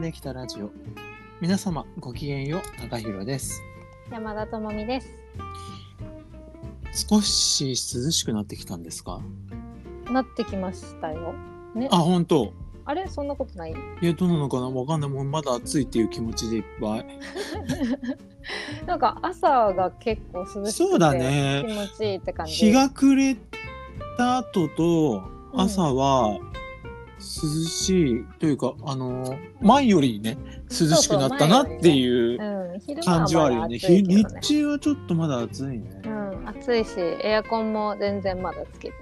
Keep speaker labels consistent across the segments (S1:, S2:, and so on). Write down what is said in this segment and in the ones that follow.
S1: できたラジオ皆様ごきげんよう高弘です
S2: 山田智美です。
S1: 少し涼しくなってきたんですか
S2: なってきましたよ。ね。
S1: あ
S2: あ
S1: 本当
S2: れそんなことない。
S1: いやどうなのかなわかんないもうまだ暑いっていう気持ちでいっぱい
S2: なんか朝が結構涼しくて
S1: そうだね
S2: 気持ちいいって感じ。
S1: 日が暮れた後と
S2: うん
S1: 朝は涼しいというか、あの前よりね涼しくなったなっていう
S2: うん昼間
S1: 感じはあるよ
S2: まだ
S1: ね
S2: 暑
S1: 日
S2: いけどね
S1: 日。中はちょっとまだ暑いね、
S2: うん暑いしエアコンも全然まだつけて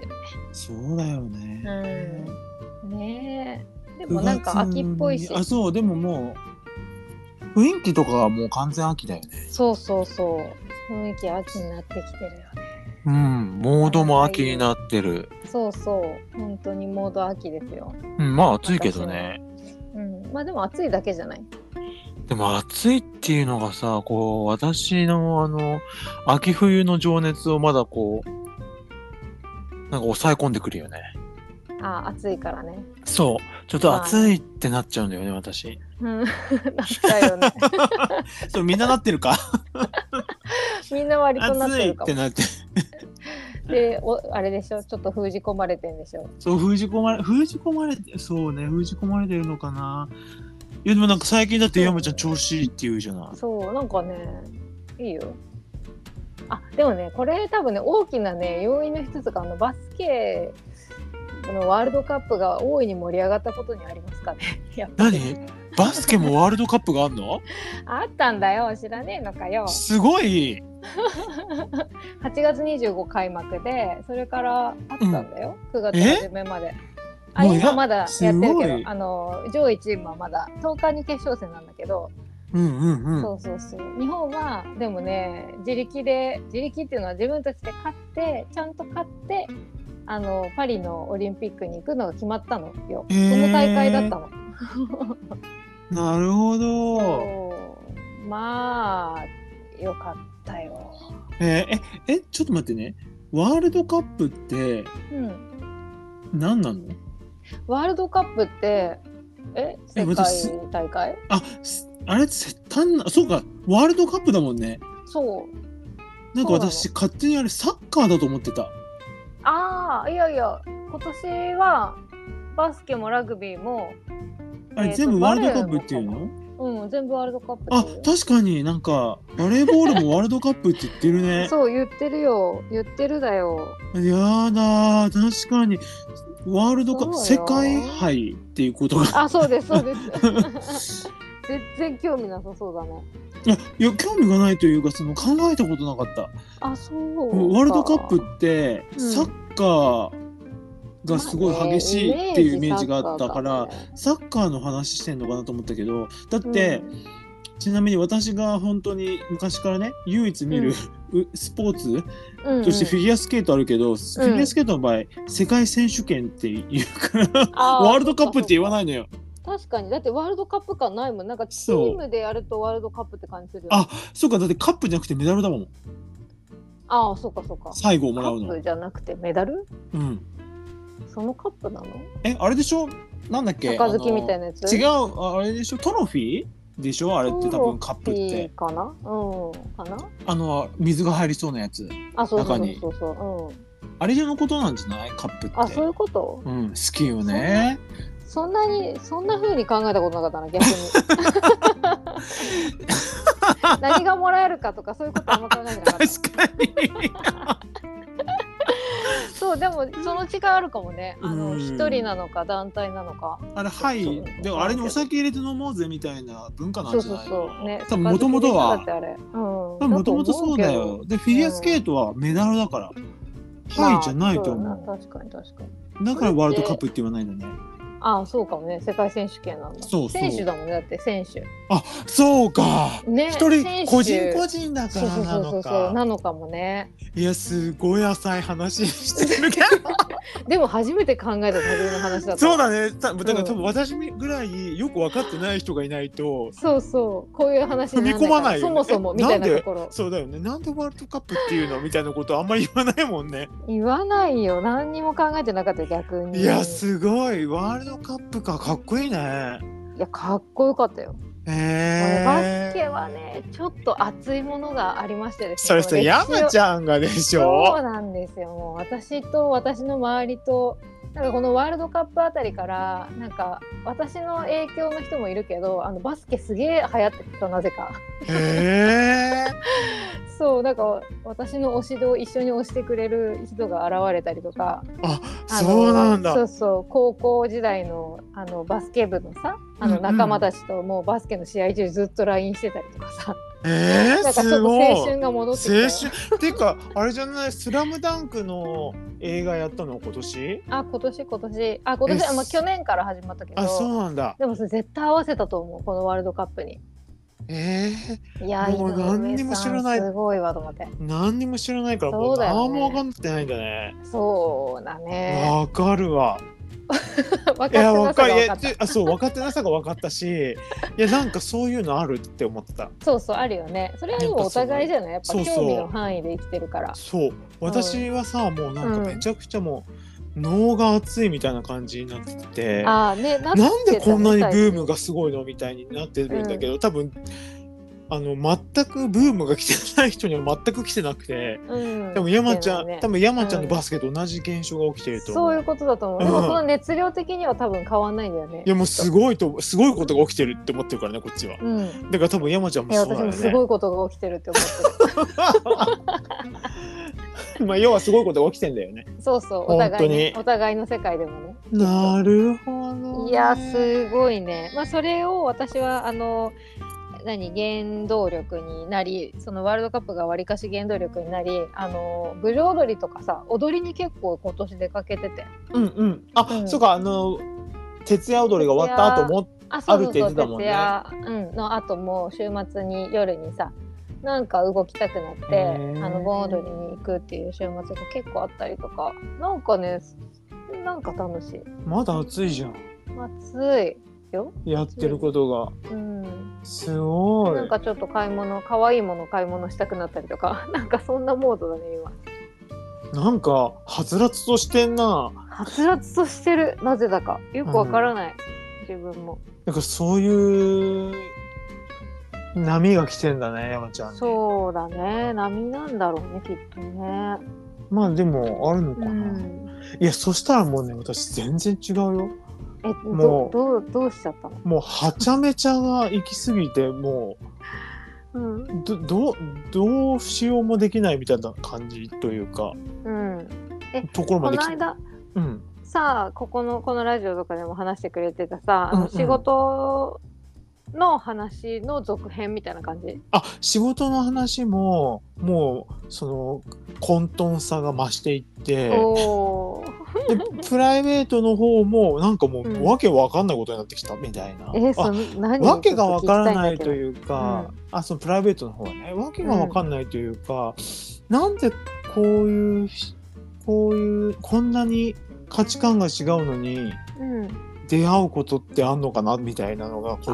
S1: そうだよね、
S2: るね。うん。ねえ。で
S1: 九
S2: もなんか
S1: 月
S2: 秋っぽいし
S1: に。あそうでももう雰囲気とかはもう完全秋だよね
S2: そうそうそう。雰囲気秋になってきてるよね。
S1: うんモードも秋になってる、
S2: そうそう。本当にモード秋ですよ。
S1: うん、まあ暑いけどね
S2: うん。まあでも暑いだけじゃない。
S1: でも暑いっていうのがさこう私のあの秋冬の情熱をまだこうなんか抑え込んでくるよね
S2: あ暑いからね。
S1: そうちょっと暑いってなっちゃうんだよね私
S2: うん、なっ ちゃうよね。
S1: そうみんななってるか
S2: みんな割となっ
S1: 暑
S2: て
S1: いっ
S2: るか
S1: て
S2: も。
S1: なって
S2: で、お、あれでしょ、ちょっと封じ込まれてんでしょ。
S1: そう封じ込まれ封じ込まれてそうね封じ込まれてるのかないやでもなんか最近だって山ちゃん調子いいって言うじゃない
S2: そう、なんかね、いいよ。あ、でもね、これ多分ね、大きなね、要因の一つが、あのバスケ。のワールドカップが大いに盛り上がったことにあります かね。やっぱり
S1: 何バスケもワールドカップがあんの
S2: あったんだよ、知らねえのかよ。
S1: すごい
S2: 8月25開幕で、それからあったんだよ、9月初めまで。あ
S1: もうや
S2: 今まだやってる
S1: すご
S2: け
S1: い
S2: どあの上位チームはまだ10日に決勝戦なんだけど、
S1: うんうんうん
S2: そうそうそう日本はでもね自力で自力っていうのは自分たちで勝ってちゃんと勝ってあのパリのオリンピックに行くのが決まったのよ、
S1: へー
S2: その大会だったの。
S1: なるほど
S2: そうまあよかったよ。
S1: えーええちょっと待ってねワールドカップって
S2: うん、
S1: 何なの
S2: ワールドカップって
S1: え
S2: え世界
S1: 私
S2: 大会
S1: あすあれせ単なそうかワールドカップだもんね
S2: そう
S1: なんか私勝手にあれサッカーだと思ってた
S2: ああいやいや今年はバスケもラグビーも、
S1: あれ
S2: えーと
S1: 全部ワールドカップっていう
S2: バレー
S1: の
S2: うん、全部ワールドカップ
S1: あ
S2: っていう
S1: 確かになんかバレーボールもワールドカップって言ってるね
S2: そう言ってるよ言ってるだよ
S1: やだー確かにワールドカップ
S2: そう
S1: 世
S2: よ
S1: 界杯っていうことが
S2: あそうですそうです 全然興味なさそうだね
S1: いやいや興味がないというかその考えたことなかった
S2: あそう
S1: ワールドカップ
S2: か
S1: って
S2: うん
S1: サッカーがすごい激しいっていうイメージがあったから、
S2: まあね
S1: サッカーの話してんのかなと思ったけどだっ
S2: イメージサッカー
S1: て
S2: だねう、ん
S1: ちなみに私が本当に昔からね唯一見る、うスポーツ
S2: うんうん
S1: としてフィギュアスケートあるけど、フィギュアスケートの場合世界選手権っていうから、
S2: あ
S1: ワールドカップって言わ
S2: い
S1: ないのよ。
S2: 確かにだってワールドカップ感ないもんなんかチ
S1: そう
S2: ームでやるとワールドカップって感じするよね
S1: あそうかだってカップじゃなくてメダルだもん
S2: ああそうかそうか
S1: 最後も
S2: カ
S1: らう
S2: ッ
S1: の
S2: プ。じゃなくてメダル
S1: うん、
S2: そのカップなの
S1: えあれでしょなんだっけ
S2: 杯みたい
S1: な
S2: なやつ
S1: 違うあれでしょトロフィーでしょあれって多分カップっ
S2: い
S1: て
S2: いかなうんかな
S1: あの水が入りそうなやつ
S2: あそうそ
S1: 中
S2: う
S1: に
S2: そうそううん
S1: あれのことなんじゃないカップって
S2: あそういうこと
S1: うん、好きよね
S2: そんなにそんな風に考えたことなかったな 逆に何がもらえるかとかそういうことあんま考えてなかった
S1: 確かに
S2: そうでもその違いあるかもねあ
S1: う
S2: の
S1: ん
S2: 一人なのか団体なのか
S1: あれはいでもあれにお酒入れて飲もうぜみたいな文化な
S2: そ
S1: ん
S2: う
S1: じゃ
S2: そう
S1: ない
S2: そうね
S1: 多分元々は
S2: だってあれうん
S1: 多
S2: 多
S1: 分もともとそうだよでフィギュアスケートはメダルだから、はいじゃないと思う、
S2: 確かに確かに
S1: だからワールドカップって言わないんだね
S2: ああそうかもね世界選手権なんだ
S1: そうそう
S2: 選手だもんねだって選手
S1: あそうか
S2: ね
S1: 一人
S2: 選手
S1: 個人個人だか
S2: そう
S1: ら
S2: そう
S1: な
S2: そ
S1: の
S2: うそうそう
S1: か
S2: なのかもね
S1: いやすごい浅い話してるけ
S2: でも初めて考えた類の話
S1: ど
S2: だった
S1: そうだねただから多
S2: う
S1: 分私ぐらいよく分かってない人がいないと
S2: そうそうこういう話になら
S1: 踏み込まないよ
S2: そ
S1: ね
S2: もそも
S1: え
S2: みたいな
S1: なん
S2: と
S1: で
S2: ころ
S1: そうだよねなんでワールドカップっていうのみたいなことあんまり言わないもんね
S2: 言わないよ何にも考えてなかったよ逆に
S1: いやすごいワールドカップかかっこいいね
S2: いやかっこよかったよ、もうね
S1: えー、
S2: バスケはねちょっと熱いものがありましてです
S1: それ
S2: ね
S1: それ山ち
S2: ゃん
S1: ゃんがでし
S2: そ
S1: ょ
S2: うなんですよもう私と私の周りとなんかこのワールドカップあたりからなんか私の影響の人もいるけどあのバスケすげえ流行ってたなぜか
S1: へえ
S2: そうなんか私の推しと一緒に推してくれる人が現れたりとか
S1: ー、
S2: あの
S1: そうなんだ
S2: そうそう高校時代のあのバスケ部のさあ
S1: うんう
S2: の
S1: ん
S2: 仲間たちともうバスケの試合中ずっと LINE してたりとかさ、
S1: え
S2: な
S1: ー、
S2: んかちょ
S1: す
S2: っと
S1: ごい
S2: 青春が戻ってきたよ
S1: 青春っていうかあれじゃない「スラムダンクの映画やったの今年
S2: あ今年今年あ
S1: え
S2: 今年あ、まあ、
S1: す
S2: 去年から始まったけ
S1: あそう
S2: ど
S1: なんだ
S2: でもそれ絶対合わせたと思うこのワールドカップに
S1: ええ
S2: いや
S1: もう
S2: 井上さん
S1: 何にも知らない
S2: すごいわと思って
S1: 何にも知らないからこ
S2: そううだよね
S1: 何も分かってないんだね
S2: そうだね
S1: わ、かるわ
S2: 分かっ
S1: い
S2: て
S1: や
S2: な
S1: わ
S2: さ
S1: か
S2: が
S1: るい
S2: 分か
S1: や
S2: った
S1: ちあそう分かってなさが分かったしいやなんかそういうのあるって思ってた
S2: そうそうあるよねそれはでもお互いじゃないやっぱ
S1: そ
S2: 興
S1: うそう
S2: 味の範囲で生きてるから
S1: そう私はさ、もうなんかめちゃくちゃもう、脳が熱いみたいな感じになっててな
S2: あーねなってたね
S1: んでこんなにブームがすごいのみたいになってるんだけど、多分あの全くブームが来てない人には全く来てなくて
S2: うん
S1: でも山ちゃ
S2: そ
S1: ん、
S2: うだよね
S1: 多分山ちゃんのバスケと同じ現象が起きてると思う。
S2: そういうことだと思う、
S1: うん
S2: でもその熱量的には多分変わんないんだよね
S1: いやもうすごいとすごいことが起きてるって思ってるからねこっちは
S2: うん
S1: だから多分山ちゃんも
S2: いや
S1: そう
S2: 私
S1: だよ
S2: もす
S1: ね
S2: ごいことが起きてるって思 ってる
S1: まあ要はすごいことが起きてんだよね
S2: そうそうお互い
S1: 本
S2: に
S1: 当に
S2: お互いの世界でもね
S1: なるほど、
S2: いやすごいね、まあ、それを私はあの何原動力になりそのワールドカップがわりかし原動力になりあの郡踊りとかさ踊りに結構今年出かけてて
S1: うんうんあ、
S2: うん
S1: そうかあの徹夜踊りが終わった後も
S2: あ
S1: あるって言ってたもんね
S2: 徹夜、うん、の後も週末に夜にさなんか動きたくなっ
S1: へ
S2: て
S1: ー
S2: あの盆踊りに行くっていう週末が結構あったりとかなんかねなんか楽しい
S1: まだ暑いじゃん
S2: 暑いよ、
S1: やってること
S2: うん、
S1: がすごい
S2: なんかちょっと買い物可愛いもの買い物したくなったりとか なんかそんなモードだね今
S1: なんかはつらつとしてんな
S2: はつらつとしてるなぜだかよくわからない、自分も
S1: なんかそういう波が来てんだね山ちゃんに
S2: そうだね波なんだろうねきっとね
S1: まあでもあるのか
S2: う
S1: な、
S2: ん
S1: いやそしたらもうね私全然違うよ
S2: え
S1: も
S2: ど
S1: う
S2: どうどうしちゃったの
S1: もうはちゃめちゃが行き過ぎても
S2: うん
S1: うどどうどうしようもできないみたいな感じというか
S2: うん、
S1: ところま
S2: こ
S1: で
S2: の
S1: 来て
S2: 間
S1: うん
S2: さあここのこのラジオとかでも話してくれてたさあ
S1: うんう
S2: の
S1: ん
S2: 仕事の話の続編みたいな感じ、
S1: あ仕事の話ももうその混沌さが増していって
S2: おー
S1: でプライベートの方もなんかもう、
S2: うん
S1: わけわかんないことになってきたみたいな。
S2: えー、その何
S1: わけがわからないと
S2: う
S1: いうか、あそのプライベートの方はねわけがわかんないというか、なんでこういうひこういうこんなに価値観が違うのに
S2: うん
S1: 出会うことってあんのかなみたいなのがこれす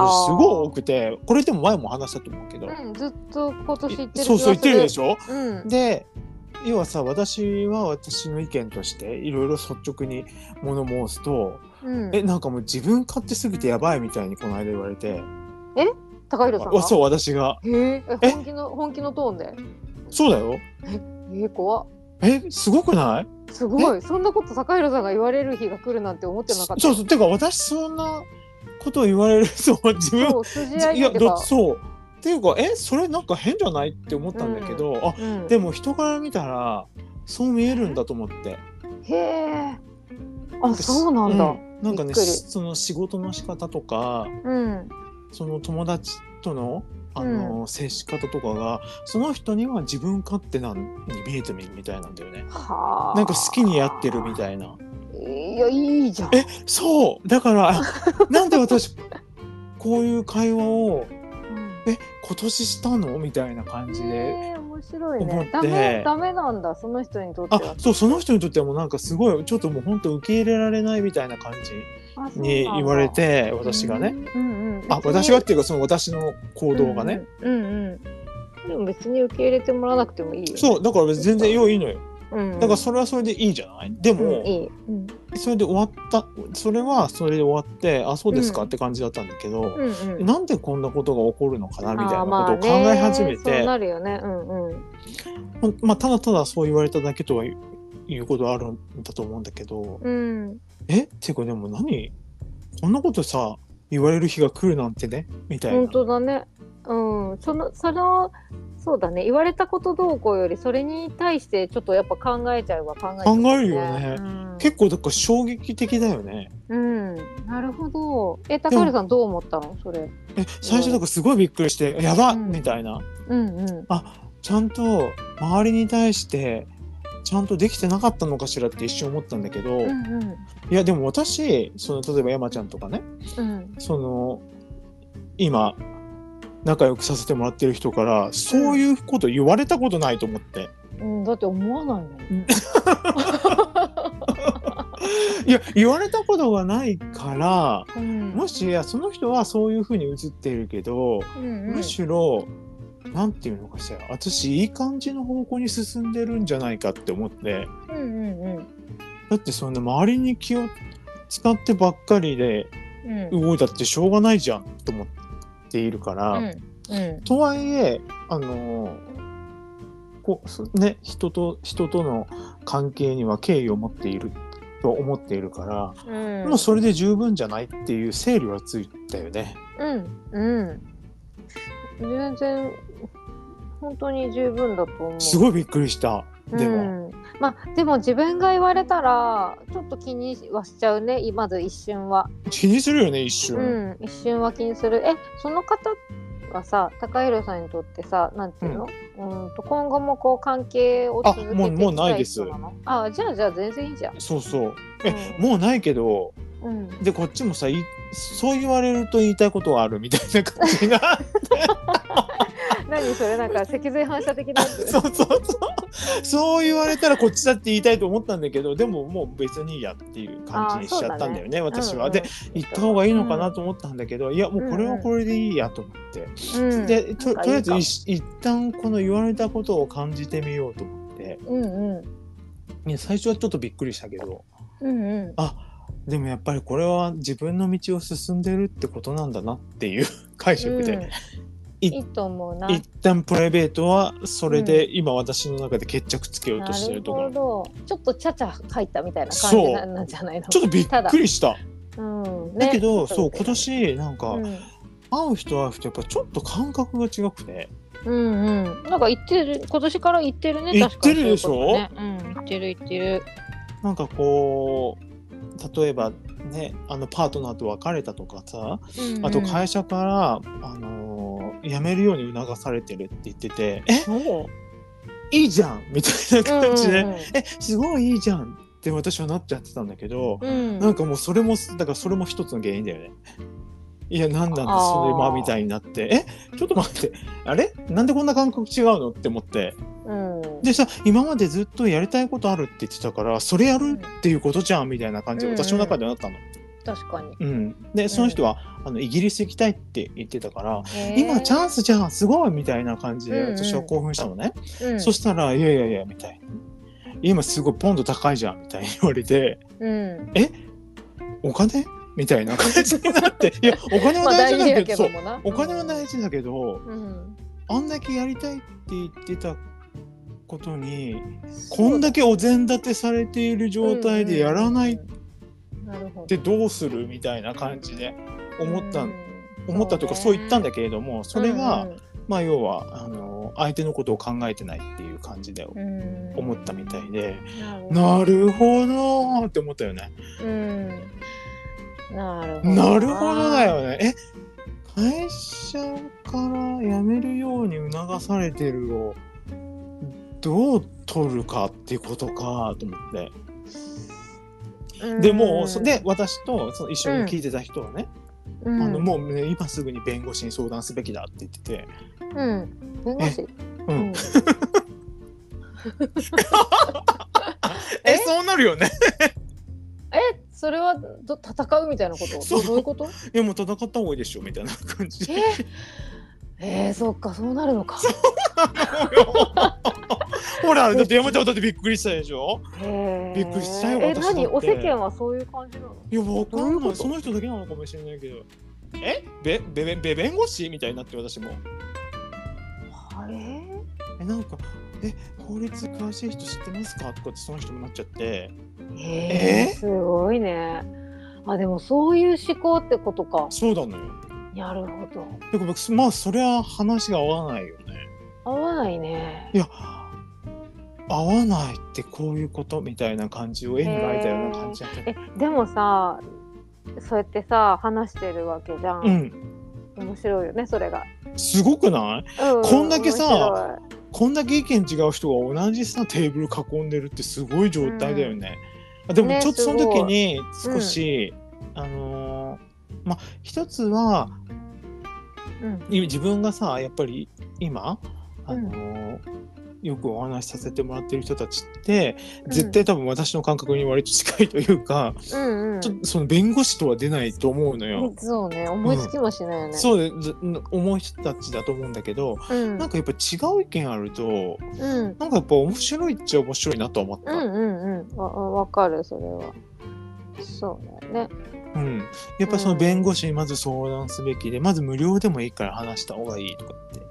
S1: ごい多くてこれでも前も話したと思うけど、
S2: うん、ずっと今年言ってる
S1: そうそう言ってるで
S2: ょ。
S1: しょ
S2: うん。
S1: で要はさ私は私の意見としていろいろ率直に物申すと、
S2: うん、
S1: えなんかもう自分勝手すぎてやばいみたいにこの間言われて、
S2: 高弘さん
S1: あ
S2: が。
S1: そう私が
S2: へえ
S1: え
S2: え本気の本気のトーンで。
S1: そうだよ
S2: えー、怖っ。
S1: えすごくない
S2: すごい。そんなこと高弘さんが言われる日が来るなんて思ってなかった。
S1: そうそうてか私そんなことを言われる そう自分
S2: そう筋合い
S1: いや
S2: っていう
S1: ど
S2: か。
S1: そうっていうかえそれなんか変じゃないって思ったんだけど、あ
S2: うん、
S1: でも人から見たらそう見えるんだと思って
S2: へえ。あそうなん
S1: う
S2: だ。
S1: んなんか
S2: び
S1: ね
S2: っくり
S1: その仕事の仕方とか
S2: うん。
S1: その友達とのあの、接し方とかがその人には自分勝手なのに見えてみるみたいなんだよね
S2: はあ。
S1: なんか好きにやってるみたいない
S2: やいいじゃん。
S1: えそうだから あなんで私こういう会話を
S2: うん
S1: え今年したのみたいな感じで。
S2: えー面白い
S1: 思っ
S2: ね
S1: て。
S2: ダメダメなんだその人にとって
S1: あ
S2: は。
S1: そうその人にとってはもうなんかすごいちょっともう本当受け入れられないみたいな感じ
S2: あそうなんだ
S1: に言われて私がね、。
S2: うんうん。
S1: あ私がっていうかその私の行動がね、。
S2: うんうん。うんうんでも別に受け入れてもらわなくてもいいよね。
S1: そうだから別に全然よいいのよ
S2: うん、
S1: だからそれはそれでいいじゃないで
S2: うん
S1: も、
S2: いい、うん
S1: それで終わったそれはそれで終わってあそうですか
S2: う
S1: って感じだったんだけど、
S2: うんうん、
S1: なんでこんなことが起こるのかなみたいなことを考
S2: あーまあ
S1: え
S2: ね
S1: 始め
S2: そ
S1: て
S2: う
S1: ま
S2: なるよねうんうん
S1: あ、ただただそう言われただけとはいういうことはあるんだと思うんだけど、
S2: うん
S1: えっていうかでも何こんなことさ言われる日が来るなんてねみたい
S2: 本
S1: な。
S2: 当だねうんそのそのそうだね言われたことどうこうよりそれに対してちょっとやっぱ考えちゃえば考えちゃう
S1: 考えるよね
S2: うん
S1: 結構だから衝撃的だよね。
S2: うん、なるほどえ高原さんどう思ったのそれ
S1: え最初だからすごいびっくりして「やばっ!」
S2: うん
S1: みたいな。
S2: うんうん
S1: あちゃんと周りに対してちゃんとできてなかったのかしらって一瞬思ったんだけど、
S2: う
S1: い
S2: んうん
S1: やでも私その例えば山ちゃんとかね
S2: うん
S1: その今仲良くさせてもらってる人からそういうこと言われたことないと思って、
S2: うん、だって思わないもん。
S1: いや言われたことがないから
S2: うん
S1: もしいやその人はそういうふうに映ってるけど、
S2: うんうん
S1: むしろなんていうのかしら私いい感じの方向に進んでるんじゃないかって思って
S2: うんうんうん
S1: だってそんな周りに気を使ってばっかりで
S2: うん
S1: 動いたってしょうがないじゃんと思っているから。
S2: うん
S1: とはいえあのこうそね人と人との関係には敬意を持っていると思っているから、
S2: うん
S1: もうそれで十分じゃないっていう整理はついたよね。
S2: うんうん全然本当に十分だと思う。
S1: すごいびっくりした。でも、
S2: うん、まあでも自分が言われたらちょっと気にはしちゃうねいまず一瞬は、
S1: 気にするよね一
S2: う
S1: 瞬。
S2: ん一瞬は気にするえその方はさ高弘さんにとってさなんていうの、うん、と今後もこう関係を続けていきたい
S1: あもうもうないです
S2: 人なのあじゃあじゃあ全然いいじゃん、
S1: そうそう。え、
S2: うん
S1: もうないけど
S2: うん、
S1: でこっちもさいそう言われると言いたいことはあるみたいな感じ が
S2: 何それな んか脊髄反射的なやつ
S1: そうそうそうそう言われたらこっちだって言いたいと思ったんだけどでももう別にいいやっていう感じにしちゃったんだよね私は。で行った方がいいのかなと思ったんだけど、いやもうこれはこれでいいやと思って、
S2: うん、うん
S1: でと
S2: なんかいいかも
S1: とりあえず一一旦この言われたことを感じてみようと思って、
S2: うんうん
S1: ね、最初はちょっとびっくりしたけど
S2: うんうん
S1: でもやっぱりこれは自分の道を進んでるってことなんだなっていう解釈で、
S2: うん
S1: い
S2: いいと思うな
S1: 一旦プライベートはそれで今私の中で決着つけようとしてるとこ
S2: な
S1: ろ、
S2: るほどちょっとちゃちゃ入ったみたいな感じな
S1: そうん
S2: じゃないの
S1: ちょっとびっくりした。
S2: ただうんね
S1: だけど、そう
S2: だ
S1: 今
S2: よね
S1: 年なんか、
S2: うん
S1: 会う人会う人やっぱちょっと感覚が違くて
S2: うんうん、なんか言ってる今年から言ってるね
S1: 言ってるでしょ
S2: 確かにそういうことねうん言ってる言ってる
S1: なんかこう例えばねあのパートナーと別れたとかさあと会社から、あのー辞めるように促されてるって言ってて「え
S2: 社の
S1: いいじゃん!」みたいな感じで「
S2: うんうん
S1: えすごいいいじゃん!」って私はなっちゃってたんだけど、
S2: うん
S1: なんかもうそれもだからそれも一つの原因だよね。いや何なんだ
S2: あー
S1: それまみたいになって「えちょっと待ってあれなんでこんな感覚違うの?」って思って。
S2: うん
S1: でさ今までずっとやりたいことあるって言ってたからそれやるっていうことじゃんみたいな感じで
S2: うん
S1: 私の中ではなったの。
S2: 確かに、
S1: うん、でその人は、あのイギリス行きたいって言ってたから、
S2: えー
S1: 今チャンスじゃんすごいみたいな感じで
S2: うんうん
S1: 私は興奮したのね、
S2: うん
S1: そしたら「いやいやいや」みたいな「今すごいポンド高いじゃん」みたいに言われて
S2: うん
S1: 「お金?」みたいな感じにな って「いやお金は
S2: まあ
S1: 大
S2: 大
S1: 事
S2: 事
S1: だ
S2: や
S1: けど,、
S2: け
S1: そう
S2: どもな
S1: お金は大
S2: 事
S1: 事だけど
S2: うん
S1: あんだけやりたいって言ってたことに
S2: そう
S1: こんだけお膳立てされている状態でやらないっ
S2: なるほど
S1: てどうするみたいな感じで思った、
S2: うん
S1: 思ったというかそう言ったんだけれどもそれが、
S2: うん
S1: まあ要はあの相手のことを考えてないっていう感じで
S2: うん
S1: 思ったみたいで、
S2: なる
S1: な
S2: ほど
S1: るほどって思ったよね、
S2: うんなるほど
S1: なるほどだよねえ会社から辞めるように促されてるをどう取るかっていうことかと思って。
S2: うん
S1: でもうそで私とその一緒に聞いてた人はね、
S2: うん
S1: あのもう、ね、今すぐに弁護士に相談すべきだって言ってて、
S2: うん弁護士
S1: う
S2: うん
S1: ん、え
S2: え
S1: そうなるよね
S2: えそれはど戦うみたいなこと
S1: そう
S2: どういうこと
S1: いやもう戦った方がいいでしょみたいな感じで
S2: ええー、そっかそうなるのか
S1: ほらだって山ちゃんだってびっくりしたでしょ
S2: へー
S1: びっくりしたよ
S2: え、
S1: 私だって
S2: 何お世間はそういう感じなの
S1: いやわか
S2: どうい
S1: ん
S2: う
S1: な
S2: こ
S1: い
S2: と
S1: その人だけなのかもしれないけどえべべべべ弁護士みたいになって私も
S2: えー
S1: えなんかえ法律詳しい人知ってますかとかってその人もなっちゃって
S2: え
S1: え
S2: ーすごいね。あ、でもそういう思考ってことか。
S1: そうなのよ
S2: なるほど。
S1: だから僕まあそりゃ話が合わないよね
S2: 合わないね。
S1: いや合わないってこういうことみたいな感じを絵に描いたような感じだった
S2: え、でもさ、そうやってさ話してるわけじゃん。
S1: うん
S2: 面白いよねそれが。
S1: すごくない
S2: うん
S1: こんだけさ
S2: 面
S1: こんだけ意見違う人が同じさテーブル囲んでるってすごい状態だよね。あでも
S2: ね
S1: ちょっとその
S2: すごい
S1: 時に少し、あのーまあ一つは
S2: 白いうん
S1: い自分がさやっぱり今、あのーよくお話しさせてもらってる人たちって
S2: うん
S1: 絶対多分私の感覚に割と近いというか、
S2: うんうん
S1: ちょっとその弁護士とは出ないと思うのよ。
S2: そうね思いつきもしないよね。
S1: そうでず思う人たちだと思うんだけど、
S2: うん
S1: なんかやっぱ違う意見あると
S2: うん
S1: なんかやっぱ面白いっちゃ面白いなと思った。
S2: うんうんうんわわかるそれは。そうだよね。
S1: うん、やっぱその弁護士にまず相談すべきで、まず無料でもいいから話した方がいいとかって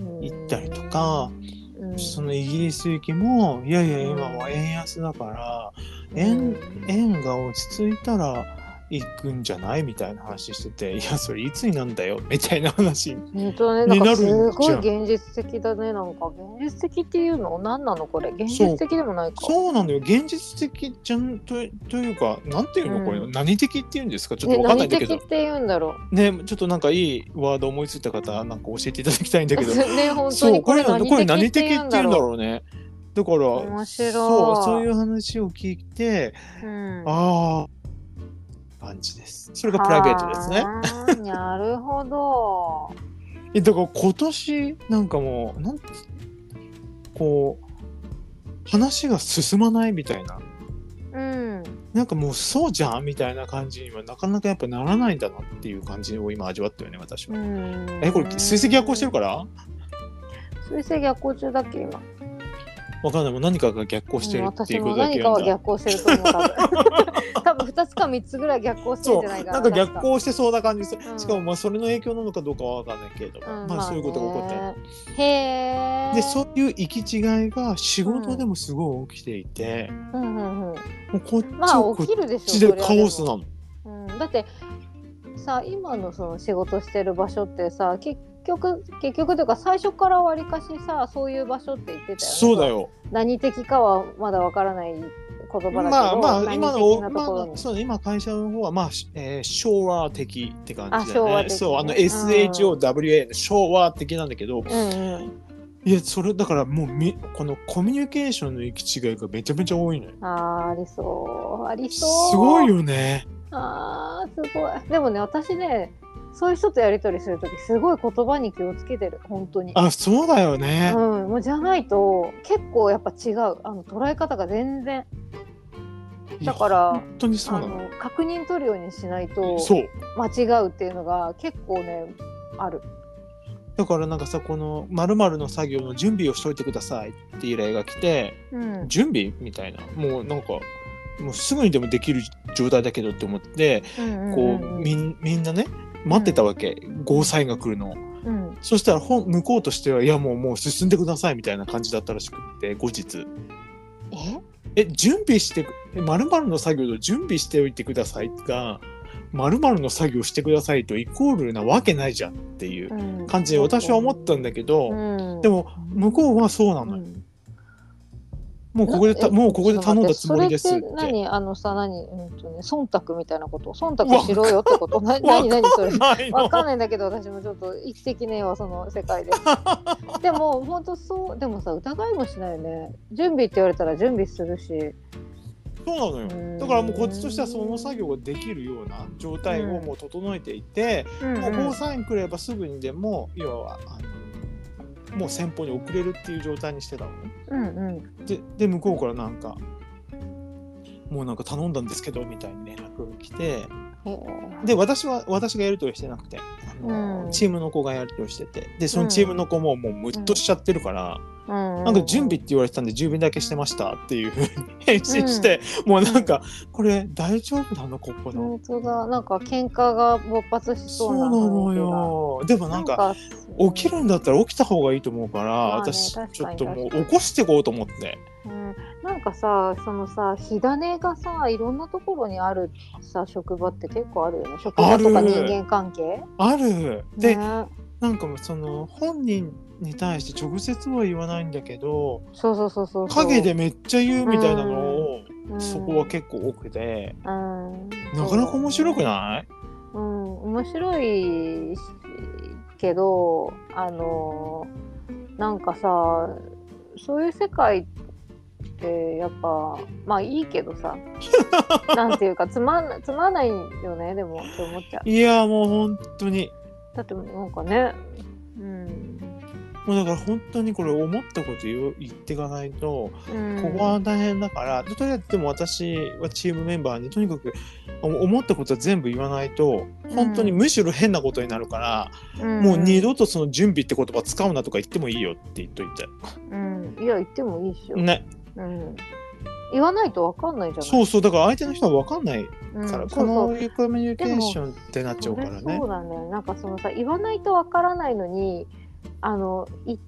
S2: うん
S1: 言ったりとか、
S2: うん
S1: そのイギリス行きもいやいや今は円安だから、円円が落ち着いたら行くんじゃないみたいな話してていやそれいつになんだよみたいな話
S2: 本当ね、なん
S1: に
S2: か
S1: なる
S2: す
S1: んじ
S2: ご
S1: ゃ
S2: い
S1: ん
S2: 現実的だね、なんか現実的っていうの、何なのこれ、現実的でもないか。
S1: そうなんだよ現実的じゃんとというかなんていうのこれ、
S2: うん
S1: 何的っていうんですかちょっ
S2: ね、
S1: とわかんない
S2: 何
S1: んだけ
S2: 的
S1: ど
S2: って言うんだろ
S1: ねちょっとなんかいいワード思いついた方なんか教えていただきたいんだ
S2: う。
S1: けど
S2: ね、 本当
S1: そう
S2: に
S1: こ
S2: こ
S1: れ
S2: れ
S1: なんだこれ
S2: 何
S1: 何
S2: 的
S1: 的
S2: っ
S1: ってて
S2: 言
S1: 言う
S2: う
S1: んんだ
S2: だろ
S1: ろうねだから
S2: 面白い
S1: そうそういう話を聞いて
S2: う。うん
S1: ああ感じですそれがプライベートですね
S2: あー。なるほど。
S1: えだから今年なんかもうなんつこう話が進まないみたいな
S2: うん。
S1: なんかもうそうじゃんみたいな感じにはなかなかやっぱならないんだなっていう感じを今味わったよね私
S2: う
S1: は、
S2: ん。
S1: えこれ水星逆行してる
S2: か
S1: から
S2: 水星逆行中だっけ、今。
S1: わかんないもう何かが逆行して
S2: うん
S1: るってい
S2: 私
S1: うこ
S2: も
S1: とだけ
S2: 何か
S1: 読
S2: は
S1: んだ
S2: 逆行してると思う、 多分。多分2つか3つぐらい逆行してる
S1: そ
S2: ん
S1: う
S2: じゃないか
S1: な
S2: な。
S1: んか逆
S2: 確
S1: 行してそうな感じする、
S2: うん
S1: しかもまあそれの影響なのかどうかは分かんないけれども、
S2: うん
S1: まあそういうことが起こったり、
S2: ねへえ。
S1: でそういう行き違いが仕事でもすごい起きていて、
S2: うんうんうん。
S1: もうこっち
S2: まあ
S1: をこ
S2: 起きるで
S1: っ
S2: しょ
S1: ち
S2: そ
S1: で
S2: れは
S1: カオスなの、
S2: うん、だってさ今のその仕事してる場所ってさ結局結局というか最初からわりかしさそういう場所って言ってたよね。
S1: そうだよ
S2: 何的かはまだわからない言葉だけど、
S1: まあまあ
S2: 何
S1: 今
S2: 的
S1: の
S2: なところ
S1: まあ、
S2: に
S1: そうね今会社の方はまあ、しえー昭和的って感じ
S2: あ
S1: だ
S2: 昭
S1: よ
S2: 和
S1: ね
S2: 的
S1: そうあの
S2: うん
S1: SHOWA の昭和的なんだけど
S2: うんうん
S1: いやそれだからもうみこのコミュニケーションの行き違いがめちゃめちゃ多いのよ
S2: あーありそうありそう
S1: すごいよね
S2: あーすごいでもね私ねそういう人とやり取りする時すごい言葉に気をつけてる本当に
S1: あそうだよね、
S2: うん、もうじゃないと結構やっぱ違うあの捉え方が全然
S1: いや
S2: だから
S1: 本当にそう
S2: あ
S1: なの
S2: の確認取るようにしないと
S1: そう
S2: 間違うっていうのが結構ねある
S1: だからなんかさこの「まるの作業の準備をしといてください」って依頼が来て
S2: う
S1: 「
S2: ん
S1: 準備?」みたいなもうなんかもうすぐにでもできる状態だけどって思ってこうみんみんなね待ってたわけゴーサインが来るのを
S2: うん
S1: そしたら本向こうとしてはいやもうもう進んでくださいみたいな感じだったらしくって後日
S2: え
S1: え準備してまるの作業と準備しておいてくださいがまるの作業してくださいとイコールなわけないじゃんっていう
S2: うん
S1: 感じで私は思ったんだけど、
S2: うん
S1: でも向こうはそうなの
S2: う
S1: よ、
S2: ん
S1: もうここでた
S2: え
S1: もうここで頼んだつもりですって
S2: それって何あのさ何うんとね忖度みたいなこと忖度しろよってことな
S1: わ
S2: 何何それ
S1: ないの
S2: わかんないんだけど私もちょっと生きてきねえわその世界 ででも本当そうでもさ疑いもしないよね準備って言われたら準備するし
S1: そうなのよだからもうこっちとしてはその作業ができるような状態をもう整えていて、
S2: うん
S1: もうゴー
S2: う
S1: サインくればすぐにでも要はあのもう先方に送れるっていう状態にしてたのね
S2: んうん
S1: でで向こうからなんか「もうなんか頼んだんですけどみたいに連絡が来て
S2: ほう
S1: で私は私がやり取りしてなくてあの、
S2: うん
S1: チームの子がやり取りしててでそのチームの子ももうムッとしちゃってるから、
S2: な
S1: なんか準備って言われてたんで準備だけしてましたっていうふうに返信して、もうなんかこれ大丈夫なのここの、
S2: 本当だなんか喧嘩が勃発しそ
S1: そうう
S2: な
S1: なのよでもなんか起きるんだったら起きた方がいいと思うから、
S2: あね
S1: 私
S2: 確
S1: ち
S2: か
S1: ょっ
S2: に
S1: ともう
S2: 確かに
S1: 起こしていこうと思って
S2: うん、なんかさそのさ火種がさいろんなところにあるさ職場って結構あるよね職場とか
S1: ある
S2: 人間関係
S1: あるで、
S2: ね、
S1: なんかもうその本人に対して直接は言わないんだけど
S2: そうそうそうそうそう
S1: 影でめっちゃ言うみたいなのを、
S2: うん
S1: そこは結構多くて、
S2: うん
S1: なかなか面白く
S2: い
S1: ない
S2: うん面白いしけどあのなんかさそういう世界ってやっぱまあいいけ どさなんていうかつまんつまんないよねでもって思っちゃう
S1: いやもう本当に
S2: だってなんかねうん、
S1: もうだから本当にこれ思ったこと言う言っていかないと
S2: うん
S1: ここは大変だから、とりあえずでも私はチームメンバーにとにかくお思ったことは全部言わないと本当にむしろ変なことになるから、もう二、度とその準備って言葉使うなとか言ってもいいよって言っといて。
S2: うんうん、いや言ってもいいっしょ、
S1: ね、
S2: うん、言わないとわかんないじゃない
S1: そうそうだから相手の人は分かんないか
S2: うん、
S1: ら、
S2: そう
S1: こ
S2: そう
S1: のコミュニケーションってなっちゃうから
S2: それ
S1: ね
S2: そう。だね。なんかそのさ言わないとわからないのにあの言っ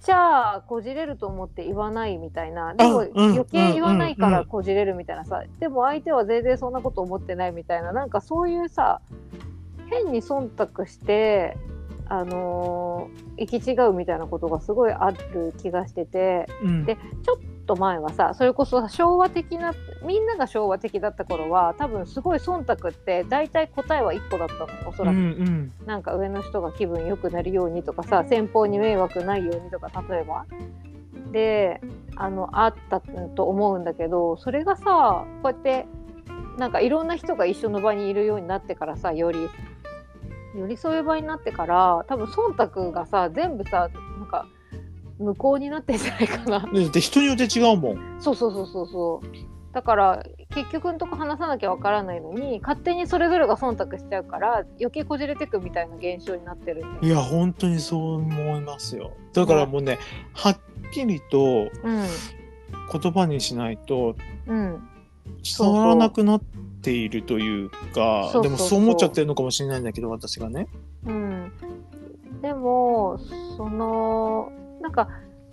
S2: ちゃこじれると思って言わないみたいなでも
S1: うん
S2: 余計言わないか
S1: うんう
S2: ら
S1: ん
S2: こじれるみたいなさでも相手は全然そんなこと思ってないみたいななんかそういうさ変に忖度してあのー行き違うみたいなことがすごいある気がしてて。
S1: うん
S2: でちょっと前はさそれこそ昭和的なみんなが昭和的だった頃は多分すごい忖度って大体答えは1個だったのおそ
S1: うんう
S2: らく、
S1: ん
S2: なんか上の人が気分良くなるようにとかさ先方に迷惑ないようにとか例えばであのあったと思うんだけどそれがさこうやってなんかいろんな人が一緒の場にいるようになってからさより寄り添う場になってから多分忖度がさ全部さなんか無効になってんじゃないかな
S1: でで人によって違うもん。
S2: そうそうそうそうそうだから結局のとこ話さなきゃわからないのに勝手にそれぞれが忖度しちゃうから余計こじれてくみたいな現象になってるんだ
S1: い
S2: よ
S1: や本当にそう思いますよだからもうねはっきりと
S2: うん
S1: 言葉にしないと
S2: うん
S1: 伝わらなくなっているというか
S2: そうそうそう
S1: でもそう思っちゃってるのかもしれないんだけど私がね
S2: うんでもそのなんか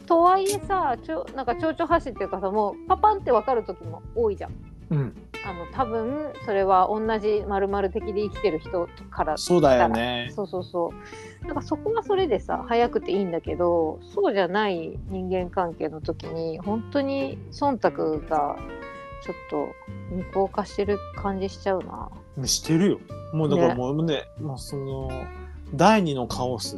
S2: とはいえさちょなんか蝶々発信っていうかさもうパパンってわかる時も多いじゃん
S1: うん
S2: あの多分それは同じ丸々的で生きてる人から
S1: そうだよね
S2: そうそうそうなんかそこはそれでさ早くていいんだけどそうじゃない人間関係の時に本当に忖度がちょっと無効化してる感じしちゃうな
S1: してるよもうだから
S2: ね
S1: もうねもうその第二のカオス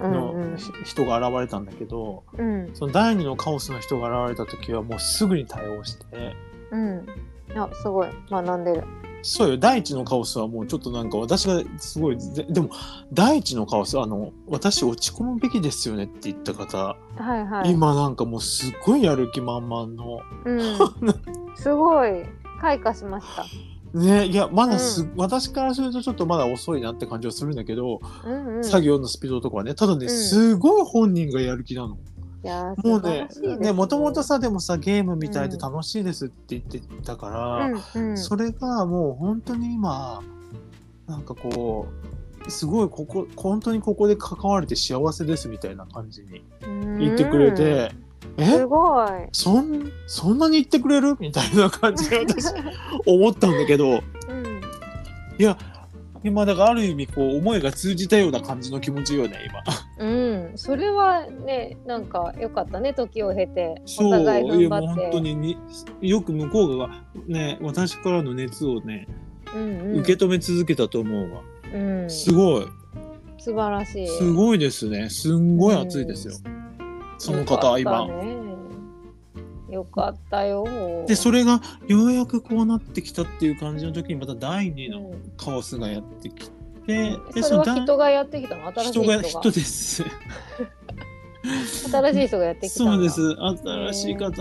S2: うんう
S1: の
S2: ん
S1: ひ人が現れたんだけど、
S2: うん
S1: その第二のカオスの人が現れた時はもうすぐに対応して
S2: うんあすごい学んでる
S1: そうよ第一のカオスはもうちょっとなんか私がすごいぜでも第一のカオスあの私落ち込むべきですよねって言った方、
S2: はいはい
S1: 今なんかもうすっごいやる気満々の
S2: うん、すごい開花しました
S1: ねいやまだす、
S2: う
S1: 私からするとちょっとまだ遅いなって感じはするんだけど、
S2: うんうん
S1: 作業のスピードとかはねただね、
S2: うん
S1: すごい本人がやる気なの。
S2: いやー
S1: もう
S2: 素晴
S1: ね
S2: らしいです
S1: ねもともとさでもさゲームみたいで楽しいですって言ってたから、
S2: うんうん
S1: それがもう本当に今なんかこうすごいここ本当にここで関われて幸せですみたいな感じに言ってくれて、
S2: うんす
S1: え
S2: ごい
S1: そんそんなに言ってくれるみたいな感じで私思ったんだけど
S2: うん
S1: 今だからある意味こう思いが通じたような感じの気持ちよね今。
S2: うん、それはね、なんか良かったね、時を経て、
S1: そ
S2: お
S1: う
S2: 互い
S1: い
S2: 頑
S1: やもう
S2: 張って。
S1: 本当にによく向こうがね私からの熱をね、
S2: うんうん、
S1: 受け止め続けたと思うわ。
S2: うん、
S1: す
S2: 素
S1: ごい
S2: 晴らしい。
S1: すごいですね。すんごい暑いですよ。その方は今。
S2: よかったね。よかったよ。
S1: でそれがようやくこうなってきたっていう感じの時にまた第二
S2: う
S1: の
S2: ん
S1: カオスがやってきて、で
S2: それは
S1: 第
S2: 人がやってきたの、新しい
S1: 人
S2: 人が
S1: が人です。
S2: 新しい人がやってきたんだ
S1: そうです。新しい方、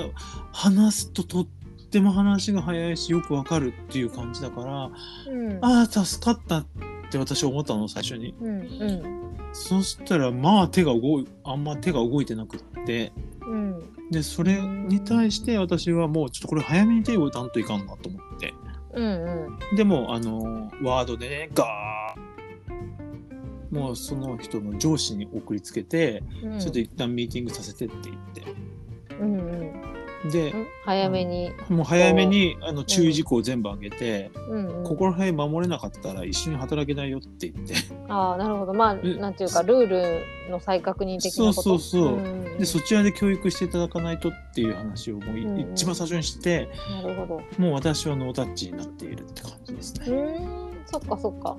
S1: 話すととっっても話が早いしよくわかるっていう感じだから
S2: うん
S1: ああ助かったって私思ったの最初に
S2: うんうん
S1: そしたらまあ手が動いあんま手が動いてなくって
S2: うん
S1: でそれに対して私はもうちょっとこれ早めに手を打たんといかんなと思って
S2: うんうん
S1: でもあのワードでねガーもうその人の上司に送りつけて、
S2: うん
S1: ちょっと一旦ミーティングさせてって言って
S2: うんうん
S1: で、
S2: 早めに
S1: もう早めにあの注意事項を全部上げて、
S2: うんうん
S1: ここら辺守れなかったら一緒に働けないよって言って
S2: ああなるほどまあ
S1: ん
S2: なんていうかルールの再確認的なこと
S1: そうそうそうん
S2: ん
S1: でそちらで教育していただかないとっていう話をもうい、
S2: うんうん
S1: 一番最初にして
S2: なるほど
S1: もう私はノータッチになっているって感じです
S2: う
S1: ね。
S2: ーんそっかそっか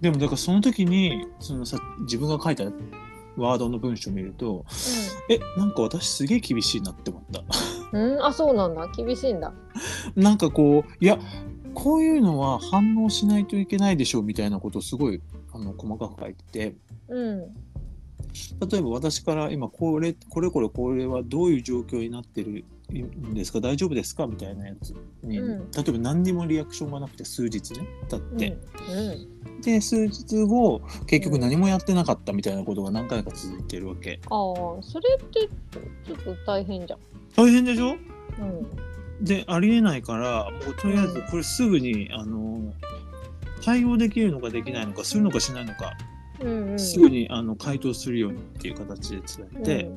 S1: でもだからその時にそのさ自分が書いたワードの文章を見るとえなんか私すげえ厳しいなって思った。
S2: うん、うん、あそうなんだ厳しいんだ
S1: なんかこういやこういうのは反応しないといけないでしょうみたいなことをすごいあの細かく書いてて。
S2: うん
S1: 例えば私から今これこれこれこれはどういう状況になってるんですか大丈夫ですかみたいなやつに、
S2: うん
S1: 例えば何にもリアクションがなくて数日ね経って、
S2: うん、
S1: で数日後結局何もやってなかったみたいなことが何回か続いてるわけ
S2: ああそれってちょっと大変じゃん
S1: 大変でしょ
S2: うん
S1: でありえないからもうとりあえずこれすぐに、あの対応できるのかできないのかするのかしないのか、
S2: うんうん
S1: すぐにあの回答するようにっていう形で伝えて、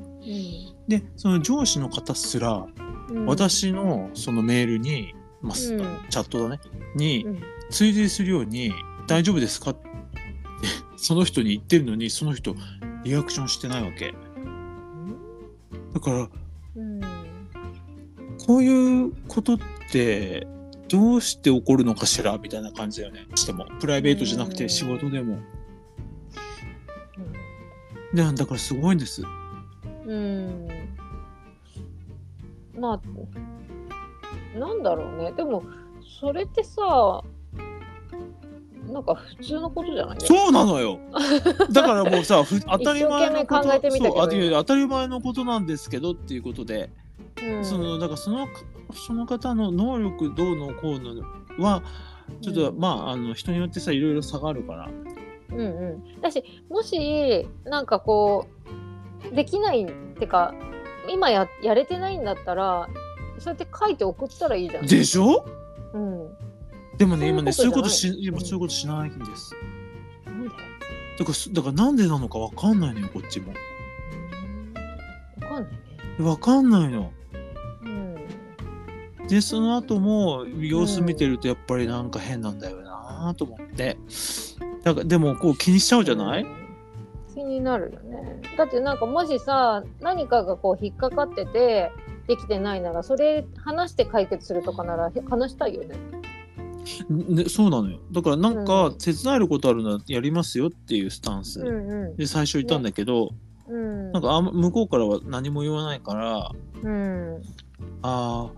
S1: でその上司の方すら
S2: うんうん、
S1: 私のそのメールに、まあす
S2: うん
S1: チャットだねに
S2: うん
S1: 追随するように「大丈夫ですか?」って その人に言ってるのにその人リアクションしてないわけだから
S2: うん
S1: こういうことってどうして起こるのかしらみたいな感じだよねしてもプライベートじゃなく
S2: う
S1: て
S2: ん
S1: 仕事でもでだからすごいんです
S2: うんまあなんだろうねでもそれってさなんか普通のことじゃない
S1: そうなの よだからもうさふ当たり前のこ
S2: 一生懸命考えて
S1: と
S2: みたけど
S1: そうあていう当たり前のことなんですけどっていうことで
S2: うん
S1: そのだからそのその方の能力どうのこうのはちょっと、
S2: うん
S1: まああの人によってさいろいろ差があるから
S2: うんうん、だしもしなんかこうできないってか今ややれてないんだったらそうやって書いて送ったらいいじゃん。
S1: でしょ
S2: うん、
S1: でもね今ね
S2: そ
S1: そうう
S2: い
S1: いうう
S2: こ
S1: ことと
S2: じゃ
S1: し
S2: ない
S1: 今
S2: うん
S1: そういうことしないんです
S2: なんで
S1: だからすだからなんでなのかわかんないのよこっちも
S2: わかんないね。
S1: わかんないの
S2: うん
S1: でその後も様子見てるとやっぱりなんか変なんだよなと思ってだからでもこう気にしちゃうじゃない、
S2: 気になるよねだってなんかもしさ何かがこう引っかかっててできてないならそれ話して解決するとかならへ話したいよね
S1: ね、そうなのよだからなん
S2: う
S1: か
S2: ん
S1: 手伝えることあるならやりますよっていうスタンス、
S2: うん
S1: で最初言ったんだけど、
S2: うん
S1: なんかあん向こうからは何も言わないから
S2: うん
S1: あ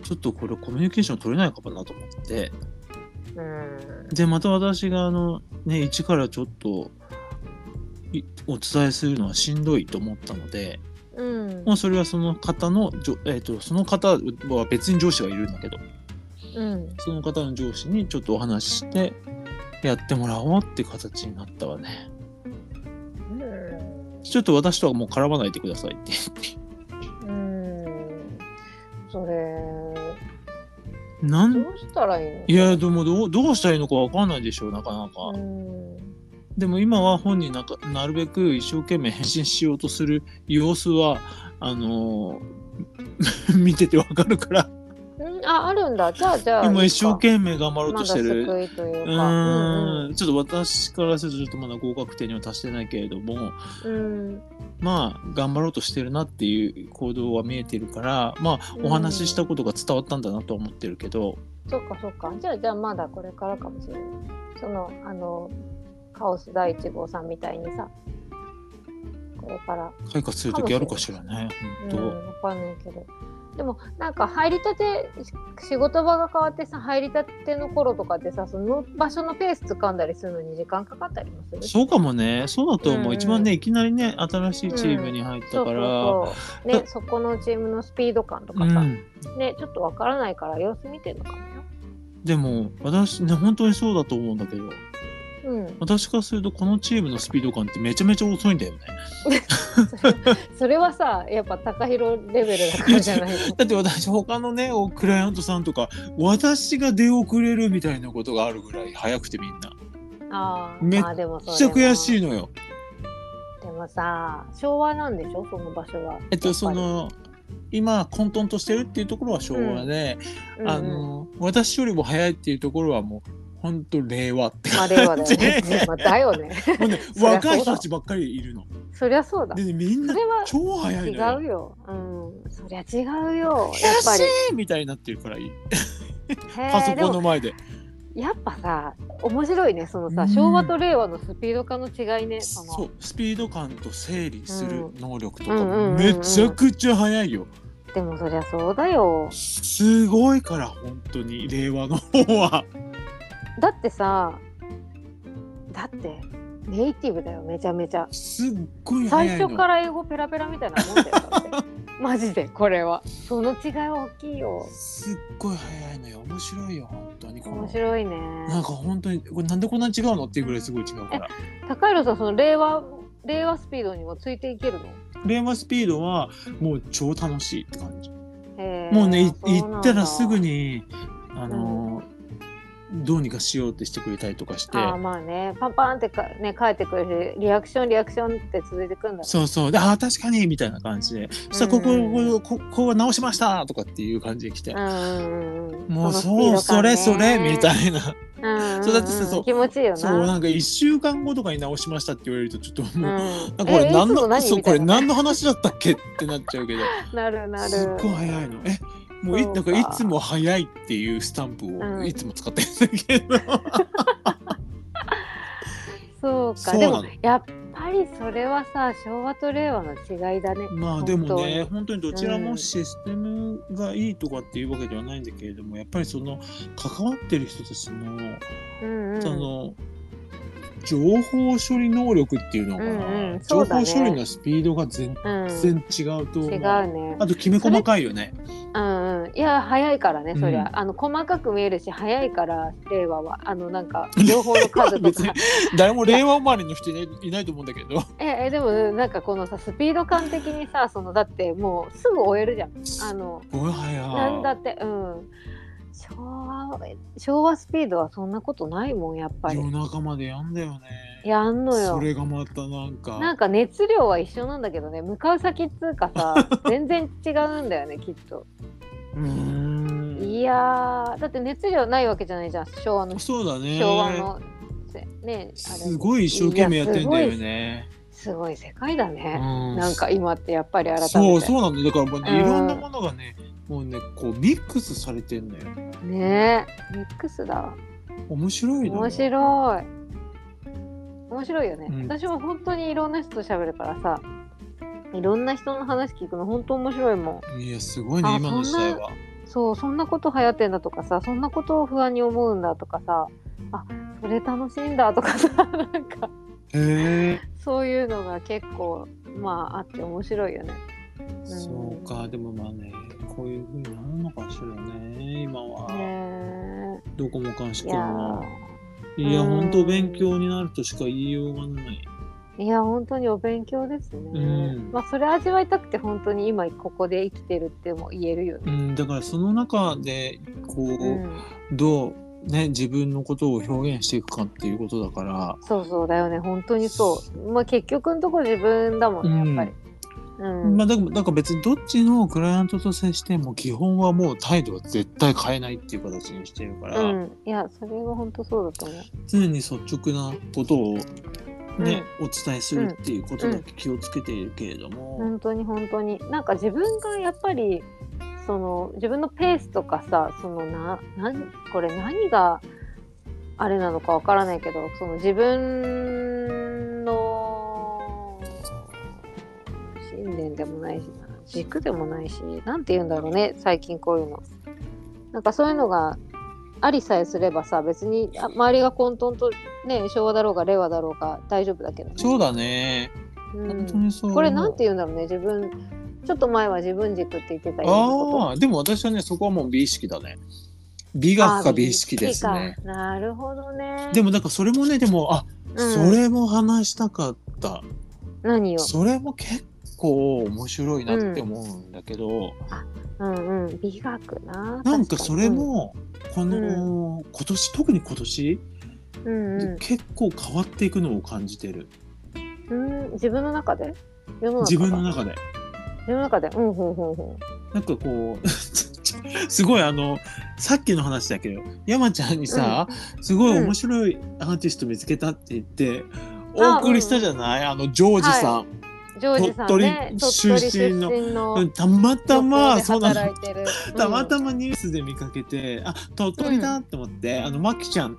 S1: ーちょっとこれコミュニケーション取れないかもなと思って
S2: うん
S1: でまた私があのね一からちょっといお伝えするのはしんどいと思ったので
S2: うん
S1: もうそれはその方のじょ、えー、とその方は別に上司がいるんだけど
S2: うん
S1: その方の上司にちょっとお話ししてやってもらおうって形になったわね
S2: うん
S1: ちょっと私とはもう絡まないでくださいって 言っ
S2: うんそれ
S1: てなん
S2: どうしたらいいの
S1: いやでもどうどうしたらいいのかわかんないでしょなかなか、
S2: うん
S1: でも今は本人なんかなるべく一生懸命返信しようとする様子はあのー 見ててわかるから
S2: うんああるんだじゃあじゃあ
S1: 今
S2: いい
S1: 一生
S2: か
S1: 懸命頑張ろうとしてる、
S2: まだ救いという
S1: う
S2: か
S1: ーんちょっと私からするとちょっとまだ合格点には達してないけれども
S2: うんうん
S1: まあ頑張ろうとしてるなっていう行動は見えてるからまあお話ししたことが伝わったんだなとは思ってるけど、
S2: そっかそっか。じゃあじゃあまだこれからかもしれない。そのあのカオス第一号さんみたいにさ、これから
S1: 開花する時あるかしらね
S2: うん
S1: 本
S2: わかんないけど。でもなんか入りたてし仕事場が変わってさ入りたての頃とかってさその場所のペース掴んだりするのに時間かかったりもするし
S1: そうかもねそうだと思う、
S2: うん
S1: 一番ねいきなりね新しいチームに入ったから、
S2: そうそうそうねそこのチームのスピード感とかさ、
S1: うん、
S2: ねちょっとわからないから様子見てるのかもよ
S1: でも私ね本当にそうだと思うんだけど
S2: うん
S1: 私からするとこのチームのスピード感ってめちゃめちゃ遅いんだよね
S2: それはさやっぱ高弘レベルだからじゃないの
S1: だって私他のねおクライアントさんとか私が出遅れるみたいなことがあるぐらい早くてみんな
S2: あー
S1: めっ
S2: まあでも
S1: め
S2: そ
S1: っちゃ悔し
S2: い
S1: いのよ
S2: でもさ昭和なんでしょその場所は
S1: えっ
S2: や
S1: と
S2: ぱり
S1: その今混沌としてるっていうところは昭和で、
S2: うんうん
S1: あ の私よりも早いっていうところはもう本当令和 って
S2: まあ
S1: 感じ、。
S2: 令和だよね まあだよね。
S1: もうね
S2: そりゃそうだ
S1: 若い人たちばっかりいるの
S2: そりゃそうだ。
S1: で、ね、みん
S2: そ
S1: な
S2: れは
S1: 超早いのよ
S2: 違うよ。うん。そりゃ違うよ。やっぱ
S1: 悔
S2: り
S1: し。いみたいになってるからいい
S2: へー
S1: パソコン
S2: で
S1: の
S2: も
S1: 前で
S2: やっぱさ、面白いね。その
S1: う
S2: さ、
S1: ん
S2: 昭和と令和のスピード感の違いね。その
S1: そうスピード感と整理する
S2: う
S1: 能力と
S2: うんうんうんう
S1: か
S2: ん
S1: めちゃくちゃ早いよ
S2: でもそりゃそうだよ。
S1: すごいから本当に令和の方は
S2: だってさ、だってネイティブだよ。めちゃめちゃ。
S1: すっごい
S2: 最
S1: 早いの
S2: 初から英語ペラペラみたいなもんだよ。だって マジでこれは。その違いは大きいよ。
S1: すっごい早いのよ面白いよ本当にこ
S2: 面
S1: の
S2: 白いね。
S1: なんか本当にこれなんでこんなに違うのっていうぐらいすごい違うから
S2: 高弘さんその令和令和スピードにもついていけるの
S1: 令和スピードはもう超楽しいって感じ
S2: へー
S1: もうねい
S2: そうなんだ
S1: 行ったらすぐにあのどうにかしようってしてくれたりとかして
S2: あーまあねパンパンってかね書いてくれるリアクションリアクションって続いてくんだ
S1: そうそうでああ確かにみたいな感じでそしたらここここここは直しましたとかっていう感じで来て
S2: う、んうんん
S1: もう
S2: のスピ
S1: そう
S2: ード
S1: そ
S2: 感ね
S1: れそれみたいな、
S2: うんうんうん
S1: そうだってさそう
S2: 気持ちいいよな
S1: そうなんか1週間後とかに直しましたって言われるとちょっと
S2: うん
S1: もう、なんかこ
S2: え
S1: れ
S2: いつ
S1: 何
S2: の
S1: の
S2: 何
S1: そう
S2: み
S1: これ
S2: たいな
S1: 何の話だったっけってなっちゃうけど
S2: なるなる
S1: すっごい早いのえもうい
S2: そう
S1: な
S2: か
S1: んかいつも早いっていうスタンプ
S2: う
S1: を
S2: ん
S1: いつも使ってるんだけど、
S2: そうか
S1: そう
S2: で
S1: なの
S2: もやっぱりそれはさ昭和と令和の違いだね
S1: まあでもね
S2: 本
S1: 本当にどちらもシステムがいいとかっていうわけではないんだけれどもやっぱりその関わってる人たちの
S2: うんうん
S1: その情報処理能力っていうのかな、
S2: うんうんそ
S1: 情
S2: うだ
S1: 報
S2: ね
S1: 処理のスピードが全
S2: うん
S1: 然違うと思う、
S2: 違うね
S1: あときめ細かいよね
S2: うんうん、いや早いからねそりゃ、
S1: うん
S2: あの細かく見えるし早いから令和はあのなんか 情報の数と
S1: 別
S2: か
S1: に誰も令和生まれの人いないいないと思うんだけど
S2: ええでもなんかこのさスピード感的にさそのだってもうすぐ終えるじゃんあの
S1: すごい早い
S2: なんだってうん昭和昭和スピードはそんなことないもんやっぱり
S1: 夜中までやんだよね
S2: やんの
S1: そ
S2: よ
S1: れがまたなんか
S2: なんか熱量は一緒なんだけどね向かう先っつうか さ全然違うんだよねきっと
S1: うーん
S2: いやーだって熱量ないわけじゃないじゃん昭和の
S1: そうだね
S2: 昭和のせねあれ
S1: すごい一生懸命やってんだよね。
S2: すごい世界だね、
S1: う
S2: なんか今ってやっぱり改めて
S1: そうそうなんだだからもうね、
S2: うん
S1: いろんなものがねもうねこうミックスされてんのよ
S2: ねえミックスだ
S1: 面白いのよ
S2: 面白い面白いよね、
S1: うん
S2: 私も本当にいろんな人と喋るからさいろんな人の話聞くの本当面白いもん
S1: いやすごいね
S2: あ
S1: 今の時
S2: そんな
S1: 代は
S2: そうそんなこと流行ってんだとかさそんなことを不安に思うんだとかさあそれ楽しいんだとかさ なんか
S1: へえ、
S2: そういうのが結構まああって面白いよね
S1: そうかでもまあねこういう風になるのかしらね今は、
S2: ね
S1: どこもかし
S2: えい
S1: こ
S2: や
S1: も
S2: ー
S1: い
S2: ー
S1: や
S2: うん
S1: 本当勉強になるとしか言いようがない
S2: いや本当にお勉強ですね。
S1: ん
S2: まあそれ味わいたくて本当に今ここで生きてるっても言えるよ
S1: う
S2: ね。
S1: んだからその中でこう、
S2: うん、
S1: どうね自分のことを表現していくかっていうことだから
S2: そうそうだよね本当にそう。まあ結局のとこ自分だもんねやっぱり。うん。
S1: まあ、だからだから別にどっちのクライアントと接しても基本はもう態度は絶対変えないっていう形にしてるから、
S2: うん、いやそれは本当そうだと思う。
S1: 常に率直なことを、ねお伝えするっていうことだ
S2: うん
S1: け気をつけているけれども、
S2: 本当に本当になんか自分がやっぱりその自分のペースとかさそのななんこれ何があれなのかわからないけどその自分の信念でもないしな軸でもないしなんて言うんだろうね最近こういうのなんかそういうのがありさえすればさ別にあ周りが混沌とね昭和だろうが令和だろうが大丈夫だけどね
S1: そうだね。
S2: う
S1: 本
S2: ん
S1: 当にそう。
S2: これなんて言うんだろうね自分ちょっと前は自分軸って言ってたような
S1: ああ、でも私はね、そこはもう美意識だね。美学か美意識ですね。
S2: かなるほどね
S1: でもなんかそれもね、でも、あ、
S2: うん
S1: それも話したかった。
S2: 何を
S1: それも結構面白いなって思うんだけど、
S2: うんうん美学な
S1: なんか
S2: 確に
S1: それも、この、今年、特に今年、
S2: うんうん
S1: 結構変わっていくのを感じてる。
S2: うん、うん、自分の中で世の中が
S1: 自分の中で。
S2: 自分の中でうんうんうんうん
S1: なんかこう すごいあのさっきの話だけど山ちゃんにさ、すごい面白いアーティスト見つけたって言って、
S2: あ
S1: お送りしたじゃないあ,、のジョージさん、
S2: ジョージさんね
S1: 鳥取出身の
S2: 鳥取出身の
S1: たまたまそうな
S2: 働
S1: の
S2: いてる
S1: たまた
S2: ま
S1: まニュースで見かけて、あ鳥取だって思って、あのマキちゃん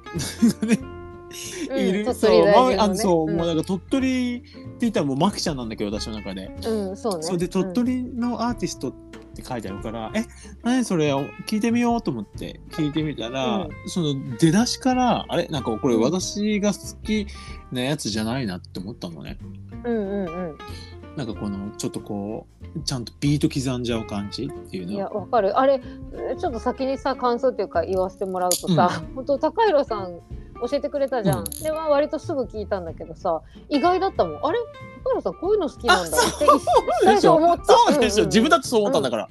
S1: いる、そう,、まあのそうもうなんか鳥取って言ったらもうマキちゃんなんだけど私の中で、
S2: うんそうね
S1: そうで鳥取のアーティストって書いてあるから、え何それを聞いてみようと思って聞いてみたら、その出だしからあれなんかこれ私が好きなやつじゃないなって思ったのね
S2: うんうんうん
S1: なんかこのちょっとこうちゃんとビート刻んじゃう感じっていう
S2: いや
S1: の
S2: わかるあれちょっと先にさ感想っていうか言わせてもらうとさ、本当高弘さん教えてくれたじゃん、
S1: うん
S2: では割とすぐ聞いたんだけどさ意外だったもんあれ高弘さんこういうの好きなんだって最初思った
S1: そうでしょ、
S2: んん
S1: 自分だってそう思ったんだから、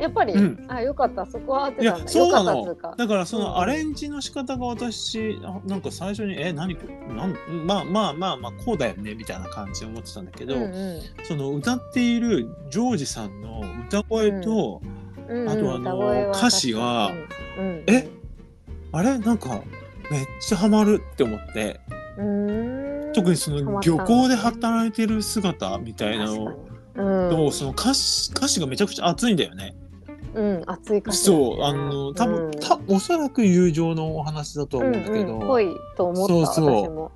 S2: やっぱり、
S1: うん
S2: あよかったそこは合って
S1: い
S2: た
S1: や
S2: んだ
S1: そうな
S2: よか
S1: の
S2: ったっつうか
S1: だからそ
S2: うん
S1: のアレンジの仕方が私あなんか最初に「え何これなんまあまあまあまあこうだよね」みたいな感じで思ってたんだけど、
S2: うんうん
S1: その歌っているジョージさんの歌声と、
S2: うんうん
S1: あとあの
S2: 歌声は
S1: 歌詞は
S2: うんうん
S1: えあれなんかめっちゃハマるって思って、
S2: うーん
S1: 特にそ
S2: ハ
S1: の
S2: マった
S1: 漁港で働いてる姿みたいな
S2: 確か
S1: の
S2: にうん
S1: のその歌詞歌詞がめちゃくちゃ熱いんだよね。
S2: うん熱い歌詞だね
S1: そうあの多分、
S2: うん
S1: たおそらく友情のお話だとは思うんだけど、
S2: うんうん、ぽいと思った
S1: そうそう
S2: 私も、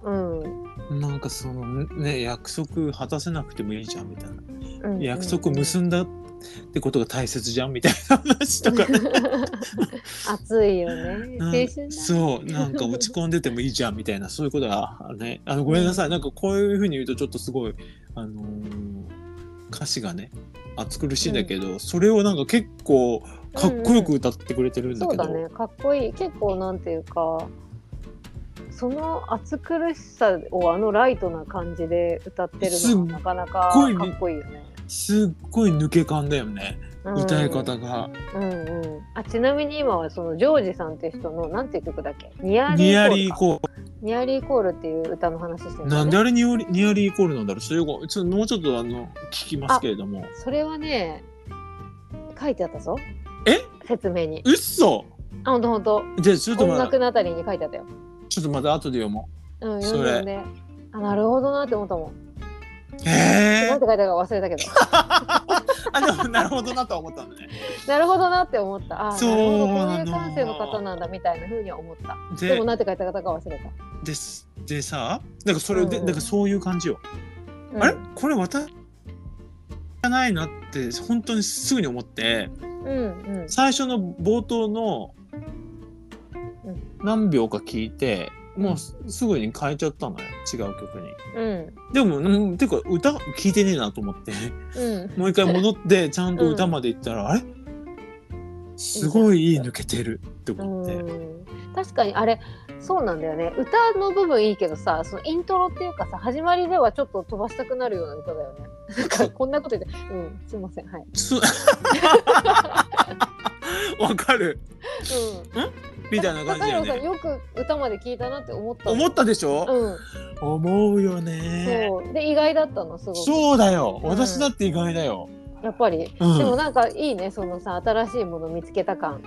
S2: うん
S1: なんかそのね約束果たせなくてもいいじゃんみたいな、
S2: うんうん、
S1: 約束
S2: ん
S1: 結んだってことが大切じゃんみたいな話とか ね。
S2: 熱いよね
S1: な
S2: 青
S1: ん
S2: 春だね
S1: そうなんか落ち込んでてもいいじゃんみたいなそういうことが ねあのごめんなさいなんかこういうふうに言うとちょっとすごい、あのー歌詞がね暑苦しいんだけど、それをなんか結構かっこよく歌ってくれてるんだ
S2: そう
S1: けど、
S2: だねかっこいい結構なんていうかその暑苦しさをあのライトな感じで歌ってる
S1: すっ
S2: のはなかなかか
S1: ごいね
S2: っこいいよね、
S1: すっごい抜け感だよね、
S2: うん
S1: 歌い方が
S2: うんうんあちなみに今はそのジョージさんって人のなんていう曲だっけニア
S1: ニ
S2: リー
S1: ア
S2: コール
S1: リーイ
S2: か
S1: コール
S2: ニアリーコールっていう歌の話してる
S1: なんであれニオリニアリーイコールなんだろうそれをちょっともうちょっとあの聞きますけれども
S2: それはね書いてあったぞ
S1: え
S2: 説明に
S1: うっそ
S2: あほんとほんと
S1: じゃあちょっと
S2: 音
S1: ま
S2: 楽
S1: だ
S2: のあたりに書いてあったよ
S1: ちょっとまだ後で読も
S2: うん、
S1: そ
S2: 読ん
S1: れ
S2: でね。あ、なるほどなって思ったもん。
S1: うへ
S2: な
S1: え
S2: んて書いてあるか忘れたけど。
S1: あでもなるほどなとは思ったんだね
S2: なるほどなって思った。あ、な
S1: そう
S2: るほど、こうい
S1: あの
S2: う
S1: ー
S2: 感性の方なんだみたいな風には思った。で
S1: で
S2: も、なんて書いてあったか忘れた。
S1: ででさなんかそれで、
S2: うん
S1: なんかそういう感じよ、
S2: うん
S1: あれこれ私じゃないなって本当にすぐに思って
S2: うん、
S1: 最初の冒頭の
S2: う
S1: 何秒か聞いてもうすすぐに変えちゃったのよ違う曲に。
S2: うん、うん、
S1: でもうんていうか歌聞いてねえなと思 って
S2: うん。
S1: もう一回戻ってちゃんと歌まで行ったら、あれすごいいい抜けてるって思って。
S2: うん確かにあれそうなんだよね歌の部分いいけどさそのイントロっていうかさ始まりではちょっと飛ばしたくなるような歌 だよねなんかこんなこと言ってうんすいませんはい、
S1: すわかる
S2: うん、
S1: みたいな感じ
S2: 高
S1: だよ
S2: 弘さん
S1: ね。
S2: よく歌まで聞いたなって思った
S1: 思ったでしょ、
S2: うん
S1: 思うよね
S2: そうで意外だったのすごく
S1: そうだよ
S2: うん
S1: 私だって意外だよ、
S2: やっぱり、
S1: うん
S2: でもなんかいいねそのさ新しいもの見つけた感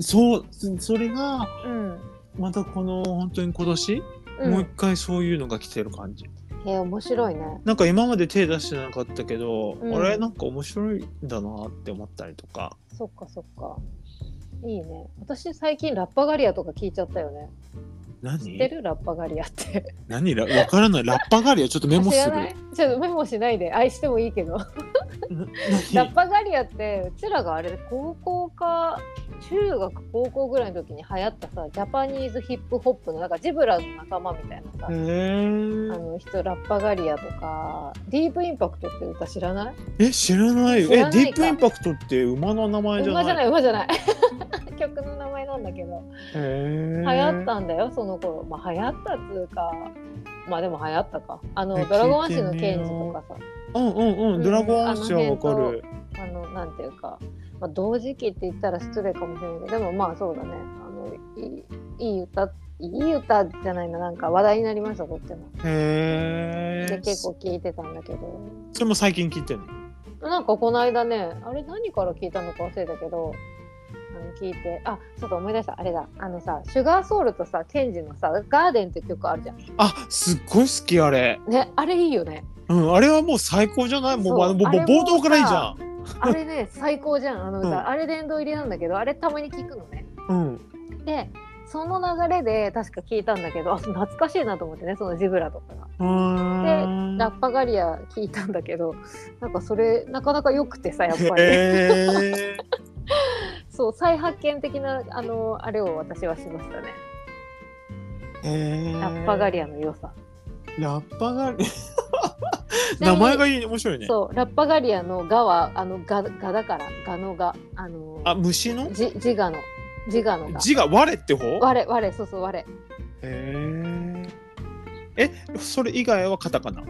S1: そうそそれが
S2: うん、
S1: またこの本当に今年、
S2: う
S1: もう一
S2: ん、
S1: 回そういうのが来てる感じ
S2: えー面白いね
S1: なんか今まで手出してなかったけど、
S2: うん
S1: あれなんか面白いんだなって思ったりとか
S2: そっかそっかいいね私最近ラッパガリアとか聞いちゃったよね知って
S1: 何
S2: るラッパガリアって
S1: 何らわからないラッパ狩りはちょっとメモ
S2: 知
S1: する
S2: らないちょっとメモしないで愛してもいいけどラッパガリアってうちらがあれで高校か中学高校ぐらいの時に流行ったさジャパニーズヒップホップのなんかジブラの仲間みたいなさ、
S1: へ
S2: あ
S1: ー
S2: の人ラッパガリアとかディープインパクトって歌知らない
S1: え知らないよ
S2: 知
S1: え
S2: らないか
S1: ディープインパクトって馬の名前じゃな
S2: 馬
S1: い
S2: じゃない馬じゃない 曲の名前なんだけど
S1: へ
S2: 流
S1: ー
S2: 行ったんだよその頃まあ流行ったっつうかまあでも流行ったかあの
S1: え
S2: ドラゴンアッシュの
S1: 聞いてみよ
S2: 刑
S1: う
S2: 事とかさ
S1: うんうん
S2: う
S1: うんんドラゴンアッシュはわか
S2: あの
S1: る
S2: あのなんていうか、まあ、同時期って言ったら失礼かもしれないけどでもまあそうだねあのいいいい歌いい歌じゃないななんか話題になりましたとっても
S1: へ
S2: で
S1: え
S2: 結構聴いてたんだけど
S1: それも最近聞いてるの
S2: なんかこの間ねあれ何から聞いたのか忘れたけどあの聞いてあちょっと思い出したあれだあのさシュガーソウルとさケンジのさ「ガーデン」って曲あるじゃん
S1: あすっごい好きあれ
S2: ねあれいいよね
S1: うんあれはもう最高じゃないも
S2: そう
S1: うあのもう
S2: あれも
S1: 冒頭からいいじゃん
S2: あ れね最高じゃんあの歌、
S1: うん
S2: あれ殿堂入りなんだけどあれたまに聞くのね
S1: うん
S2: でその流れで確か聞いたんだけどあ懐かしいなと思ってねそのジブラとかが、
S1: うーん
S2: ラッパガリア聞いたんだけどなんかそれなかなか良くてさやっぱり、
S1: へえ
S2: そう再発見的なあのあれを私はしましたねラッパガリアの良さ、
S1: ラッパガリ
S2: ちなみ
S1: 名
S2: に
S1: 前がいいね面白いね
S2: そうラッパガリアの「ガ」はあの「ガ」ガだから「ガ」の「ガ」あの
S1: あ虫の
S2: じ自我の自我の「ガ」
S1: 字が我って方
S2: 我我そうそう我
S1: へええそれ以外はカタカナ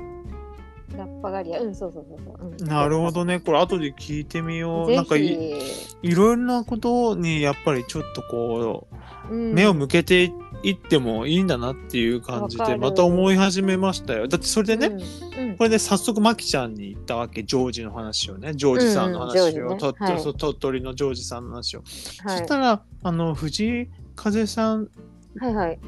S2: ラッパガリアうんそうそうそうそう、うん
S1: なるほどねこれ後で聞いてみよう
S2: ぜ
S1: なんかい
S2: ひ、
S1: いろんなことにやっぱりちょっとこ
S2: うん
S1: う目を向けていってもいいんだなっていう感じ
S2: わか
S1: で
S2: る
S1: また思い始めましたよだってそれでね、
S2: うんうん
S1: これで早速マキちゃんに言ったわけジョージの話をねジョージさんの
S2: うんうん
S1: 話
S2: ジョージ
S1: を、
S2: ね
S1: とっ
S2: はい
S1: そう鳥取のジョージさんの話を、
S2: はい
S1: そしたらあの藤井風さん
S2: はいはい。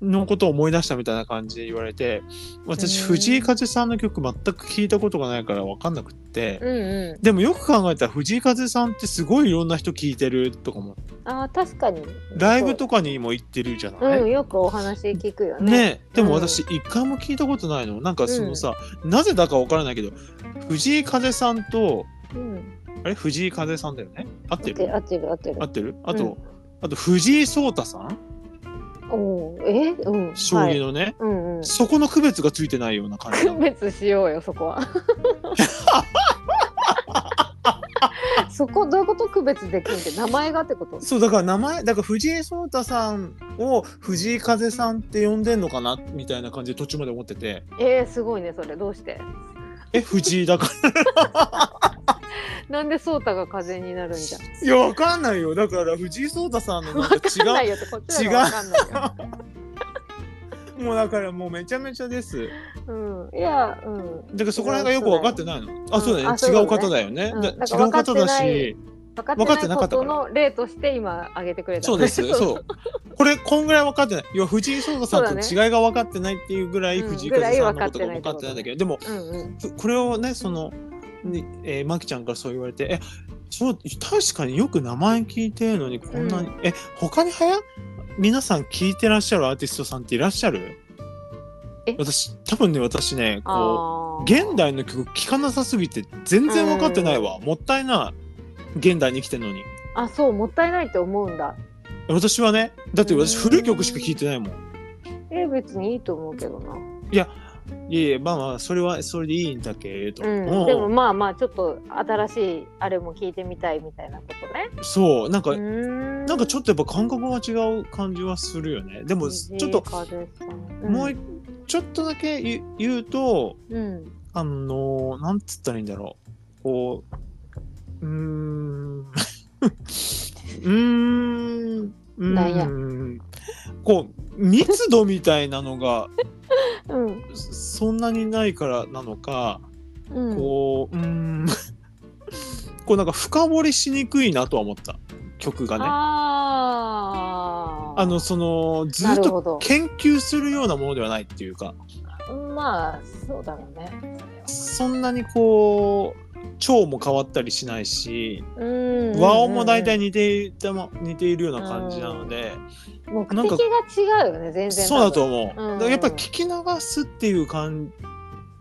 S1: のことを思い出したみたいな感じで言われて私
S2: へー
S1: 藤井風さんの曲全く聞いたことがないから分かんなくって、
S2: うんう
S1: でもよく考えたら藤井風さんってすごいいろんな人聞いてるとかも
S2: ん。ああ、確かに。
S1: ライブとかにも行ってるじゃ
S2: そう。
S1: ない、
S2: うん、よくお話聞くよね。
S1: ねで
S2: うん
S1: も私一回も聞いたことないのなんかそのさ、なぜだかわからないけど藤井風さんと
S2: うん。
S1: あれ藤井風さんだよね合っ
S2: 合ってて
S1: る
S2: る合ってる合ってる
S1: 合。ってるあ
S2: う
S1: と、あと藤井聡太さん
S2: おおー、え、うん。
S1: 将
S2: は
S1: 棋
S2: い。
S1: のね、
S2: うんうん。
S1: そこの区別がついてないような感じな
S2: 区
S1: の
S2: 別しようよ、そこ は。そこどういうこと区別できるって名前がってこと。
S1: そうだから名前だから藤井聡太さんを藤井風さんって呼んでんのかなみたいな感じで途中まで思って て
S2: えー、すごいね、それ、どうして。
S1: え藤井だから
S2: なんでソータが風になるんじゃ。
S1: いやわかんないよだから藤井聡太さんのなんか
S2: わかん な
S1: 違
S2: いうよって、こっちらがわかんないよ。
S1: もうだからもうめちゃめちゃです
S2: うん、いや、うん。
S1: だからそこら辺がよく分かってないのあそうだね、
S2: あそうだ
S1: 違
S2: ね
S1: う方だよね、
S2: うん
S1: だ
S2: なんか
S1: 違う方
S2: 分かって
S1: だ
S2: ない
S1: し
S2: 分か
S1: 分かっ
S2: って
S1: て
S2: な
S1: ないかっ
S2: こ
S1: たか
S2: と
S1: ら
S2: の例として、今挙げてくれた。
S1: そうですそうこれこんぐらい分かってないいや藤井聡太さんと
S2: そう
S1: 違いが分かってないっていうぐらい
S2: うん
S1: 藤井風さんのことが
S2: ぐらい
S1: 分
S2: 分か
S1: かっ
S2: っ
S1: てて
S2: な
S1: ないい
S2: っ
S1: ん
S2: て
S1: だ
S2: こ
S1: けどでも
S2: うんうん。
S1: ふこれをねそのに、えー、マキちゃんからそう言われてえそう確かによく名前聞いてるのにこんなに、え他にはや皆さん聞いてらっしゃるアーティストさんっていらっしゃる
S2: え
S1: 私多分ね私ねこ
S2: あ
S1: う
S2: ー
S1: 現代の曲聴かなさすぎて全然分かってないわもったいない現代に生きてるのに
S2: あそうもったいないって思うんだ
S1: 私はねだって私
S2: うん
S1: 古い曲しか聴いてないもん
S2: え別にいいと思うけどな、
S1: いえいえまあまあそれはそれでいいんだけれど
S2: うん、でもまあまあちょっと新しいあれも聞いてみたいみたいなことね
S1: そうなんか
S2: な
S1: なんかちょ
S2: っ
S1: っとやっぱ感覚が違う感じはするよね。でもちょっともういちょっとだけ言う言うと
S2: うん
S1: あのーなんつったらいいんだろうこううーんうーんうーん
S2: なんや
S1: こう密度みたいなのが
S2: うん
S1: そんなにないからなのか
S2: うん
S1: こううーん こうなんか深掘りしにくいなとは思った曲がね。
S2: あー
S1: あのそのず
S2: な
S1: っ
S2: る
S1: と
S2: ほど
S1: 研究するようなものではないっていうか
S2: まあそうだろうね
S1: そんなにこう調も変わったりしないし
S2: うん
S1: 和音も大体
S2: に
S1: 似ていても似ているような感じなので
S2: 目的
S1: なんか
S2: が違うよね全然
S1: そうだと
S2: う
S1: 思う
S2: うん
S1: だからやっぱ聞き流すっていう感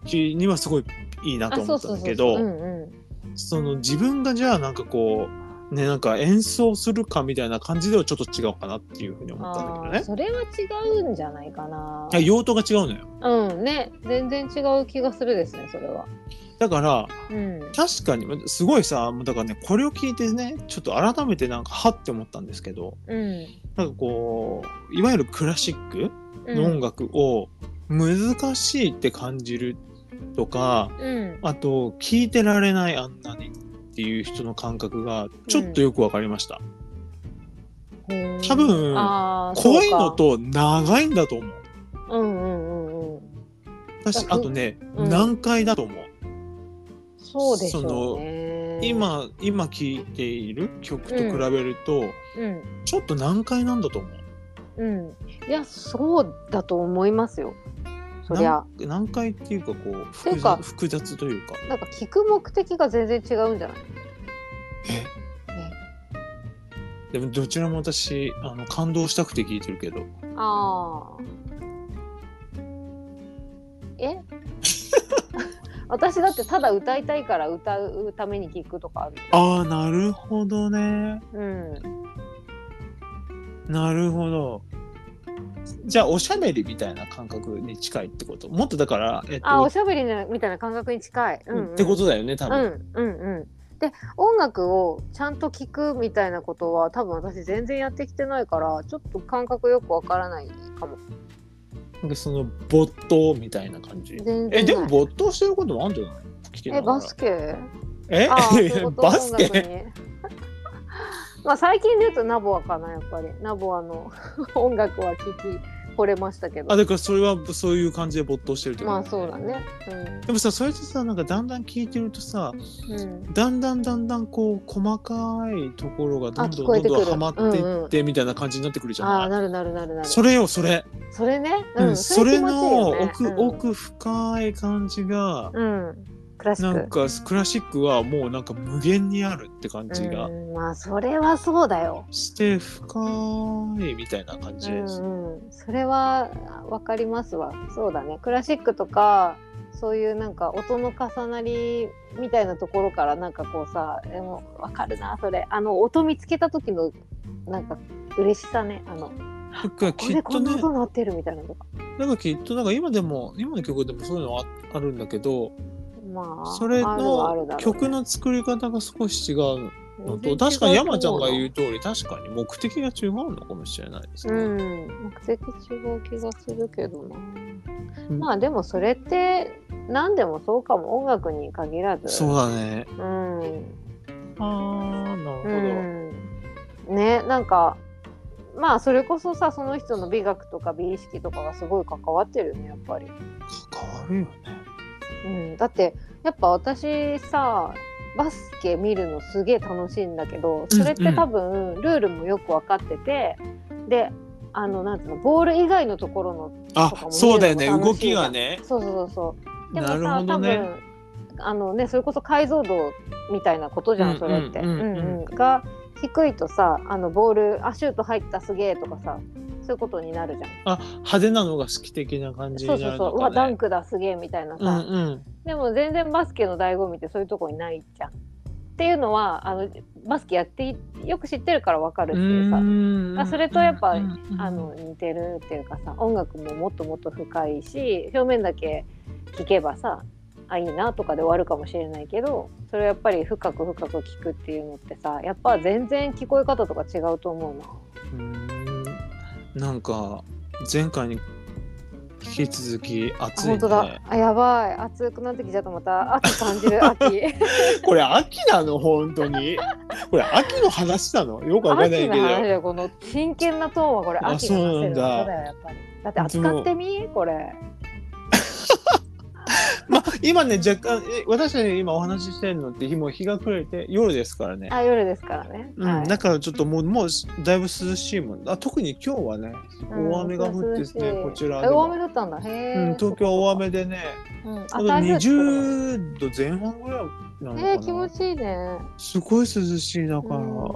S1: じにはすごいいいなと
S2: あ
S1: 思
S2: そ
S1: った
S2: うそ
S1: ん
S2: う
S1: だ
S2: そう
S1: け
S2: そうう
S1: ど
S2: んうん
S1: その自分がじゃあなんかこうねなんか演奏するかみたいな感じではちょっと違うかなっていうふうに思ったんだけど
S2: あー
S1: ね
S2: それは違うんじゃないかな
S1: あ。用途が違うのよ
S2: うんね全然違う気がするですねそれは。
S1: だから
S2: うん
S1: 確かにすごいさもうだからねこれを聞いてねちょっと改めてなんかはって思ったんですけど
S2: うん
S1: なんかこういわゆるクラシック
S2: う
S1: の
S2: ん
S1: 音楽を難しいって感じるとか、
S2: うん
S1: あと聞いてられないあんなにっていう人の感覚がちょっとよくわかりました、
S2: うん
S1: 多分
S2: あー
S1: 濃い
S2: そうか
S1: のと長いんだと思う
S2: うんうんうんうん
S1: 私
S2: だ
S1: あとね、
S2: うん
S1: 難解だと思う
S2: そうでしょうね。、
S1: 今今聴いている曲と比べると、
S2: うん
S1: ちょっと難解なんだと思う
S2: うん、いやそうだと思いますよそりゃ
S1: なん難解っていうかこう
S2: て
S1: 複
S2: いうか
S1: 雑複雑というか
S2: なんか聞く目的が全然違うんじゃない
S1: でもどちらも私あの感動したくて聴いてるけど
S2: ああえ 私だってただ歌いたいから歌うために聞くとかある
S1: ああなるほどね
S2: うん
S1: なるほどじゃあおしゃべりみたいな感覚に近いってこともっとだからえっと
S2: あおしゃべりみたいな感覚に近い、うんうん
S1: ってことだよね多
S2: うん
S1: 分、
S2: うんうんで音楽をちゃんと聞くみたいなことは多分私全然やってきてないからちょっと感覚よくわからないかも
S1: なんかその没頭みたいな感じ
S2: 全然ない
S1: えでも没頭してることもあるんじゃない聞きな
S2: え
S1: がら
S2: バスケ
S1: え
S2: ああそういうこと
S1: バス
S2: 音楽
S1: ケ
S2: に まあ最近で言うとナボアかなやっぱりナボアの 音楽は聞き惚れましたけど
S1: あだからそれはそういう感じで没頭してるってこと
S2: ま
S1: だ
S2: あ
S1: よね
S2: そうだね
S1: でもさそれってさなんかだんだん聞いてるとさ
S2: うん、うん、
S1: だんだんだんだんこう細かいところがどんど
S2: あ聞
S1: ん
S2: こ
S1: ど
S2: え
S1: ん
S2: てく
S1: ど
S2: る
S1: んはまってってみたいな感じになってくるじゃ
S2: ああ
S1: ない、
S2: なるなるなるなる
S1: それよそれ、
S2: それね
S1: うんそれ
S2: 気持ちいい
S1: の
S2: よね
S1: 奥、奥深い感じが、
S2: うん、うん、クラシック
S1: なんかクラシックはもうなんか無限にあるって感じが
S2: うん、まあそれはそうだよ
S1: して深いみたいな感じ
S2: う
S1: です、
S2: んうん、それは分かりますわそうだねクラシックとかそういうなんか音の重なりみたいなところからなんかこうさでも分かるなそれあの音見つけた時のなんか嬉しさねあの
S1: なんか
S2: こ
S1: き
S2: れ
S1: っ
S2: ことんな
S1: ね
S2: 音なってるみたいなのとか
S1: なんかきっとなんか今でも今の曲でもそういうのああるんだけど
S2: まあ
S1: それ
S2: あるはある
S1: の
S2: だろうね
S1: 曲の作り方が少し違うのと
S2: 全然
S1: 確かに
S2: 違うと思
S1: 山ちゃんが言
S2: う
S1: う通り確かに目的が違うのかもしれないです
S2: な
S1: ね。
S2: うん目的違う気がするけどな、
S1: うん
S2: まあでもそれって何でもそうかも音楽に限らず
S1: そうだね。
S2: うん
S1: あーなる
S2: うん、ねなんかまあそれこそさその人の美学とか美意識とかがすごい関わってるよねやっぱり、
S1: ほど。関わるよね。
S2: うん、だってやっぱ私さバスケ見るのすげえ楽しいんだけどそれっ
S1: うんう
S2: て
S1: ん
S2: 多分ルールもよく分かってて、であのなんていうのボール以外のところの
S1: あ
S2: とかも見るのも
S1: そうだよね
S2: 楽しい
S1: 動きがね。
S2: そうそうそうそうでも
S1: な
S2: さ、
S1: るほ
S2: 多
S1: どね。
S2: 分あのねそれこそ解像度みたいなことじゃ
S1: うん
S2: んそれって。
S1: う
S2: うんん
S1: うん
S2: うんが低いとさあのボールあシュート入ったすげえとかさそういうことになるじゃん。
S1: あ派手なのが好き的な感じ
S2: そう
S1: にな
S2: そう
S1: るの
S2: そううわ
S1: か
S2: ダ
S1: ね
S2: ン。クだすげえみたいなさ、
S1: うんうん。
S2: でも全然バスケの醍醐味ってそういうとこにないじゃん。っていうのはあのバスケやっていよく知ってるからわかるっていうさ。
S1: う
S2: あそれとやっぱあ
S1: あ
S2: の似てるっていうかさ音楽ももっともっと深いし表面だけ聴けばさあいいなとかで終わるかもしれないけどそれやっぱり深く深く聞くっていうのってさやっぱ全然聞こえ方とか違うと思うな。
S1: なんか前回に引き続き
S2: あ
S1: 暑い
S2: 本当だ
S1: ね。
S2: あやばい暑くなってきちゃったまた秋感 じる秋
S1: これ秋なの本当に。これ秋の話なのよくわかんない
S2: 秋
S1: け
S2: の
S1: ど。
S2: 話だよこの真剣なトーンはこれ
S1: あ
S2: 秋が出せる
S1: そうなんだ
S2: 音だよやっぱりだって扱ってみこれ
S1: まあ今ね若干え私たち今お話ししてるのってもう日が暮れて夜ですからね。
S2: あ夜ですからね、
S1: うん、
S2: はい
S1: だからちょっともうもうだいぶ涼しいもんあ特に今日はね
S2: うん
S1: 大雨が降ってですね、
S2: 涼しい
S1: こちら
S2: え
S1: で
S2: 大
S1: は、
S2: 雨降ったんだへえ、
S1: うん、東京は大雨でね
S2: うん、あ
S1: あと
S2: 台風
S1: 20度前半ぐらいなのかな、
S2: えー、気持ちいいね。
S1: すごい涼しいだから、
S2: うん、よ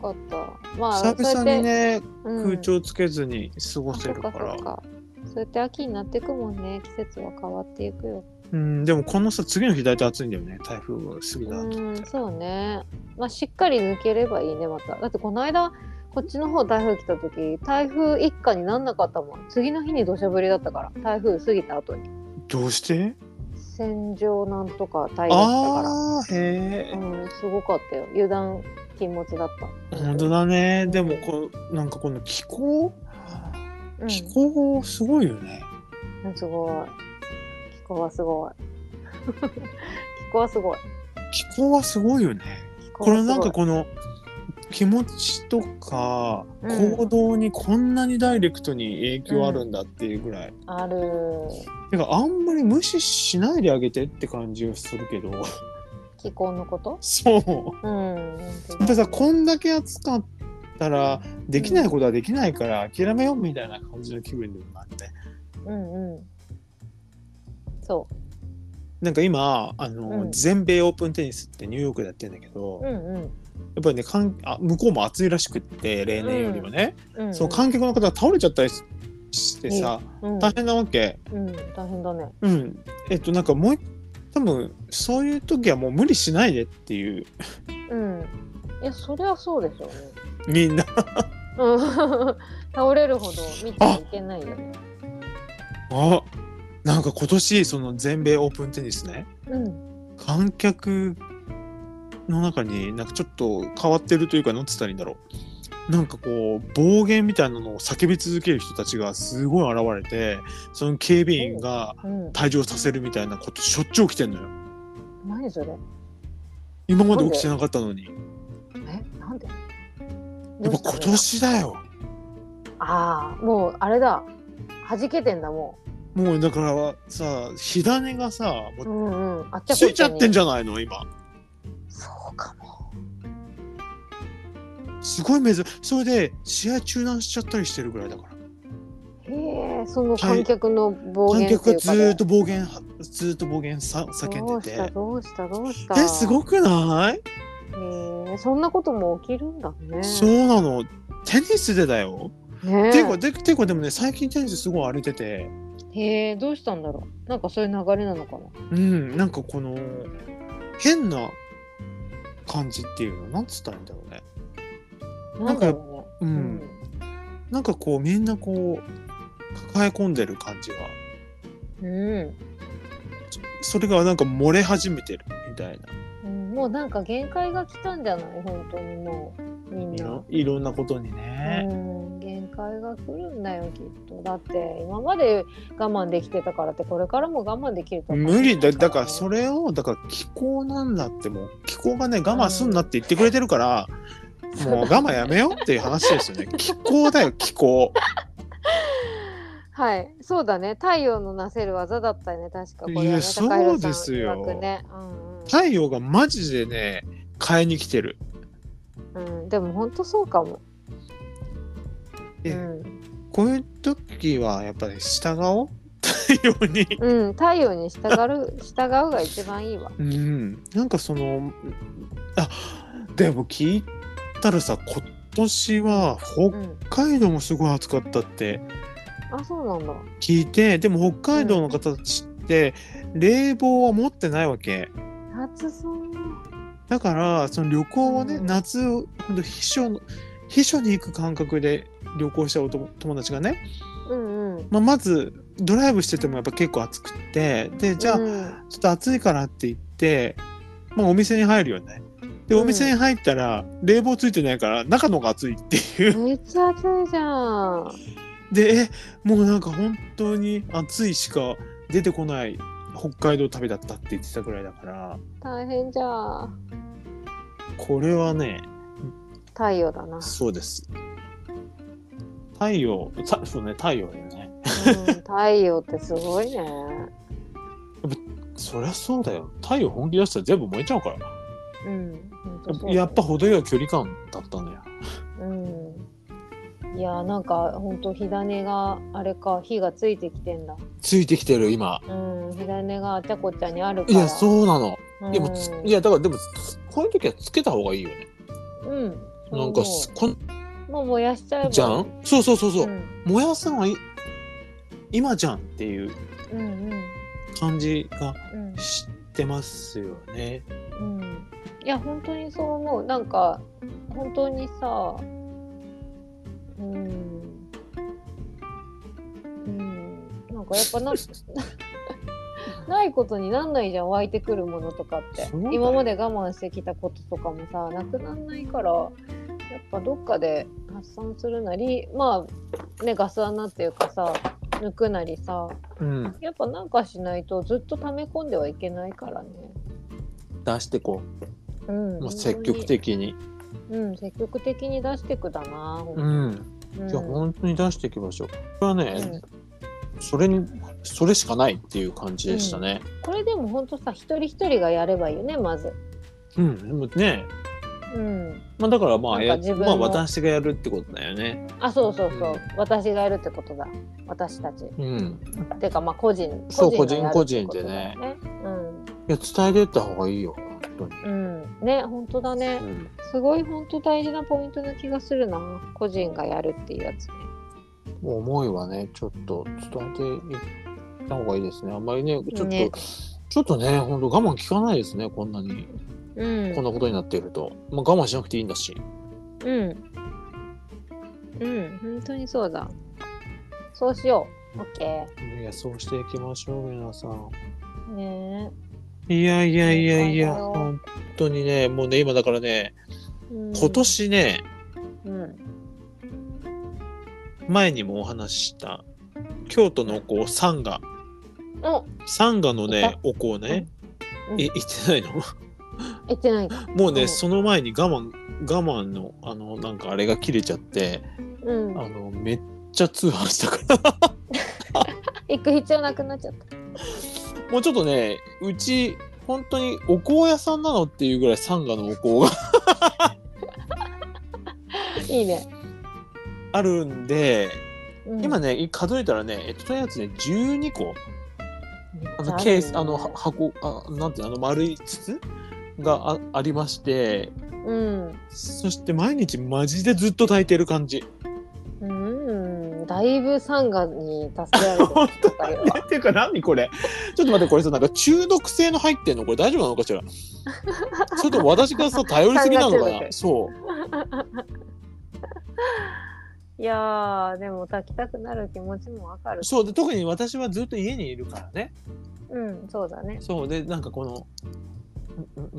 S2: かった。まあ、
S1: 久々にね
S2: そうやって
S1: 空、調つけずに過
S2: う
S1: ご
S2: ん、
S1: せるから、
S2: あそっかそっかそうやって秋になってくもんね。季節は変わっていくよ。
S1: うん、でもこのさ、次の日大体暑いんだよね。台風が過ぎた後。
S2: うん、そうね。まあ、しっかり抜ければいいね、また。だって、この間、こっちの方台風来た時、台風一過になんなかったもん。次の日に土砂降りだったから、台風過ぎた後に。
S1: どうして
S2: 戦場なんとか台風だっ
S1: ああ、へえ。
S2: たから。うん、すごかったよ。油断禁物だった。
S1: 本当だね。でもこう、なんかこの気候、
S2: うん、
S1: 気候すごいよね。
S2: うんすごい。気候はすごい。気候はすごい。
S1: 気候はすごいよね。
S2: 気候
S1: こ
S2: は
S1: れ
S2: すご
S1: な
S2: い
S1: んかこの気持ちとか
S2: うん
S1: 行動にこんなにダイレクトに影響あるんだっていうぐらい。
S2: ある。
S1: てかあんまり無視しないであげてって感じがするけど。
S2: 気候のこと
S1: そう。
S2: うん。
S1: やっぱさこんだけ暑かったらできないことはできないから諦めようみたいな感じの気分でもなって
S2: うんうん。そ
S1: なんか今あの、
S2: うん
S1: 全米オープンテニスってニューヨークでやってんだけど、
S2: う。う
S1: や
S2: んうん。
S1: っぱりねかんあ向こうも暑いらしくって例年よりもね、
S2: うんうん、
S1: その観客の方が倒れちゃったりししてさ、
S2: うん、
S1: 大変なわけ。
S2: うん、大変だね。
S1: うん、えっとなんかもう多分そういう時はもう無理しないでっていう
S2: うん。いや、そりゃそうでしょう
S1: み
S2: ね。
S1: んな
S2: うん 倒れるほど見てはいけないよね。
S1: あなんか今年その全米オープンテニスね
S2: うん。
S1: 観客の中になんかちょっと変わってるというかなんて言ったらいいんだろうなんかこう暴言みたいなのを叫び続ける人たちがすごい現れてその警備員が
S2: うん。
S1: 退場させるみたいなことしょっちゅう起きてんのよ
S2: 何それ。
S1: 今まで起きてなかったのに
S2: え、なんで。
S1: やっぱ今
S2: どうしたの
S1: 年だよ
S2: ああ、もうあれだ。弾けてんだも
S1: もうだからさ火種がさも
S2: う。う
S1: うん
S2: うん。あっちゃ
S1: ついちゃってん
S2: じ
S1: じゃないの今
S2: ゃん。そうかも。
S1: すごい珍それで試合中断しちゃったりしてるぐらいだから
S2: へえ、その観客の暴
S1: 観
S2: 言って
S1: 客
S2: い
S1: が
S2: う
S1: ず
S2: かね、
S1: ーっと暴言ずーっと暴言さ叫
S2: ど
S1: ん
S2: う
S1: で
S2: してたどうしたどうした。
S1: えすごくない、
S2: へえ、そんなことも起きるんだね。
S1: そうなのテニスでだよ、
S2: ね
S1: ていうかでていうかでもね最近テニスすごい荒れてて
S2: へえ、どうしたんだろう。なんかそういう流れなのかな。
S1: うんなんかこの変な感じっていうのなんつったらいいんだろうね
S2: なんだろう
S1: う
S2: ね。
S1: ん、なんかこうみんなこう抱え込んでる感じが
S2: うん。
S1: それがなんか漏れ始めてるみたいな
S2: うん。もうなんか限界が来たんじゃない本当にもうみん
S1: いろ
S2: な。
S1: いろんなことにね、
S2: うん限界が来るんだよきっとだって今まで我慢できてたからってこれからも我慢できるとは
S1: 無理だだから
S2: ね
S1: それをだから気候なんだってもう気候がね我慢すんなって言ってくれてるから、もう我慢やめようっていう話ですよね気候だよ気候
S2: はいそうだね太陽のなせる技だったよね確かこれはね
S1: いや
S2: 高弘さん
S1: そうですよ
S2: 曰くねうんうん
S1: 太陽がマジでね買いに来てる
S2: うん、でも本当そうかも。う
S1: え
S2: ん、
S1: こういう時はやっぱり従おう太陽に
S2: うん、太陽に従う 従うが一番いいわ。
S1: うんなんかそのあでも聞いたらさ今年は
S2: う
S1: 北
S2: ん、
S1: 海道もすごい暑かったって
S2: あそうなんだ。
S1: 聞いてでも北海道の方たちって冷房は持ってないわけ
S2: 暑そう。
S1: だからその旅行をね、
S2: うん
S1: 夏ほんと秘書の秘書に行く感覚で旅行したおと友達がね、
S2: うんうん。
S1: まあ、まずドライブしててもやっぱ結構暑くってでじゃあちょ
S2: うん
S1: っと暑いからって言って、まあ、お店に入るよねで
S2: うん
S1: お店に入ったら冷房ついてないから中のが暑いっていう
S2: めっちゃ暑いじゃん。
S1: でえもうなんか本当に暑いしか出てこない北海道旅だったって言ってたぐらいだから
S2: 大変じゃん。
S1: これはね
S2: 太陽だな。
S1: そうです太陽たそうね太陽だよね
S2: うん、太陽ってすごいね。
S1: そりゃそうだよ太陽本気出したら全部燃えちゃうから
S2: うん。本当そうだね
S1: やっぱ。程よい距離感だったのよ
S2: うん。いやなんか本当火種があれか火がついてきてんだ。
S1: ついてきてる今
S2: うん。火種があちゃこちゃにあるか
S1: い
S2: ら。
S1: やそうなの
S2: うん。
S1: でもついやだからでもつこういう時はつけた方がいいよね
S2: うん。
S1: なんか
S2: そ
S1: すこん
S2: う思うもう燃やしちゃえば
S1: じゃんそうそうそうそうう、
S2: ん
S1: 燃やすのはい今じゃんっていう
S2: うんうん。
S1: 感じが
S2: うん
S1: してますよね。
S2: うんいや本当にそう思うなんか本当にさうんうんなんかやっ ぱなないことになんないじゃん湧いてくるものとかって、
S1: そうだよ
S2: 今まで我慢してきたこととかもさなくなんないからやっぱどっかで発散するなりまあねガス穴っていうかさ抜くなりさ
S1: うん、
S2: やっぱなんかしないとずっと溜め込んではいけないからね。
S1: 出してこ
S2: うん、
S1: う、もう
S2: 本当に
S1: 積極的に。
S2: うん、積極的に出してくだな。ほん
S1: うん、
S2: うん
S1: いや、本当に出していきましょう。これは
S2: う
S1: ね
S2: ん、
S1: それに、それしかないっていう感じでしたね。
S2: これでも本当さ、一人一人がやればいいよね、まず。
S1: うん、でもね、
S2: うん。
S1: まあ、だから、まあ、
S2: な
S1: や
S2: んか自分の
S1: まあ、私がやるってことだよね。
S2: あ、そうそうそう。
S1: うん
S2: 私がやるってことだ。私たち。
S1: うん、
S2: てか、まあ個人。
S1: そう
S2: 個人がやるってことだよ
S1: いや、伝えてった方がいいよ。本当に。
S2: うん。うん。ね、本当だね
S1: う。ん、
S2: すごい本当大事なポイントな気がするな。個人がやるっていうやつね。
S1: もう思いはね、ちょっと伝えていった方がいいですね。あんまりね、ちょっと、
S2: ね
S1: ちょっとね、本当我慢効かないですね。こんなに、
S2: うん。
S1: こんなことになっていると、まあ、我慢しなくていいんだし。
S2: うん。うん、本当にそうだ。そうしよう。オッケー。
S1: いや、そうしていきましょう、皆さん。
S2: ね
S1: いやいやいやいや、
S2: そうだよ
S1: 本当にね、もうね、今だからね、
S2: え、うん
S1: 今、年ね、
S2: うん、
S1: 前にもお話しした、京都のお香、サンガ。
S2: お
S1: サンガの
S2: いた
S1: ね、お香ね、
S2: うん
S1: い 行ってないの
S2: 言ってない
S1: もう
S2: う
S1: ね、
S2: ん
S1: その前に我慢、我慢の、あの、なんかあれが切れちゃって、
S2: うん
S1: あの、めっちゃ通販したから。
S2: 行く必要なくなっちゃった
S1: もうちょっとね、うち、本当にお香屋さんなのっていうぐらいサンガのお香が
S2: いいね、
S1: あるんで、
S2: うん、
S1: 今ね、数えたらね、えっと、とりあえずね、12個。あの
S2: あるね
S1: ケース、あのは箱、あなんていうのあの丸い筒があありまして、
S2: うん、
S1: そして毎日マジでずっと炊いてる感 じ。
S2: うん、だいぶサンガに助けられてる人だよ
S1: っていうか何これちょっと待って、これさ、なんか中毒性の入ってんのこれ大丈夫なのかしらそれとも私がさ、頼りすぎなの
S2: サンガ
S1: か
S2: 中
S1: な
S2: 毒
S1: そう。
S2: いやーでも炊きたくなる気持ちもわかる
S1: そうで、特に私はずっと家にいるからね。
S2: うんそうだね
S1: そうでなんかこの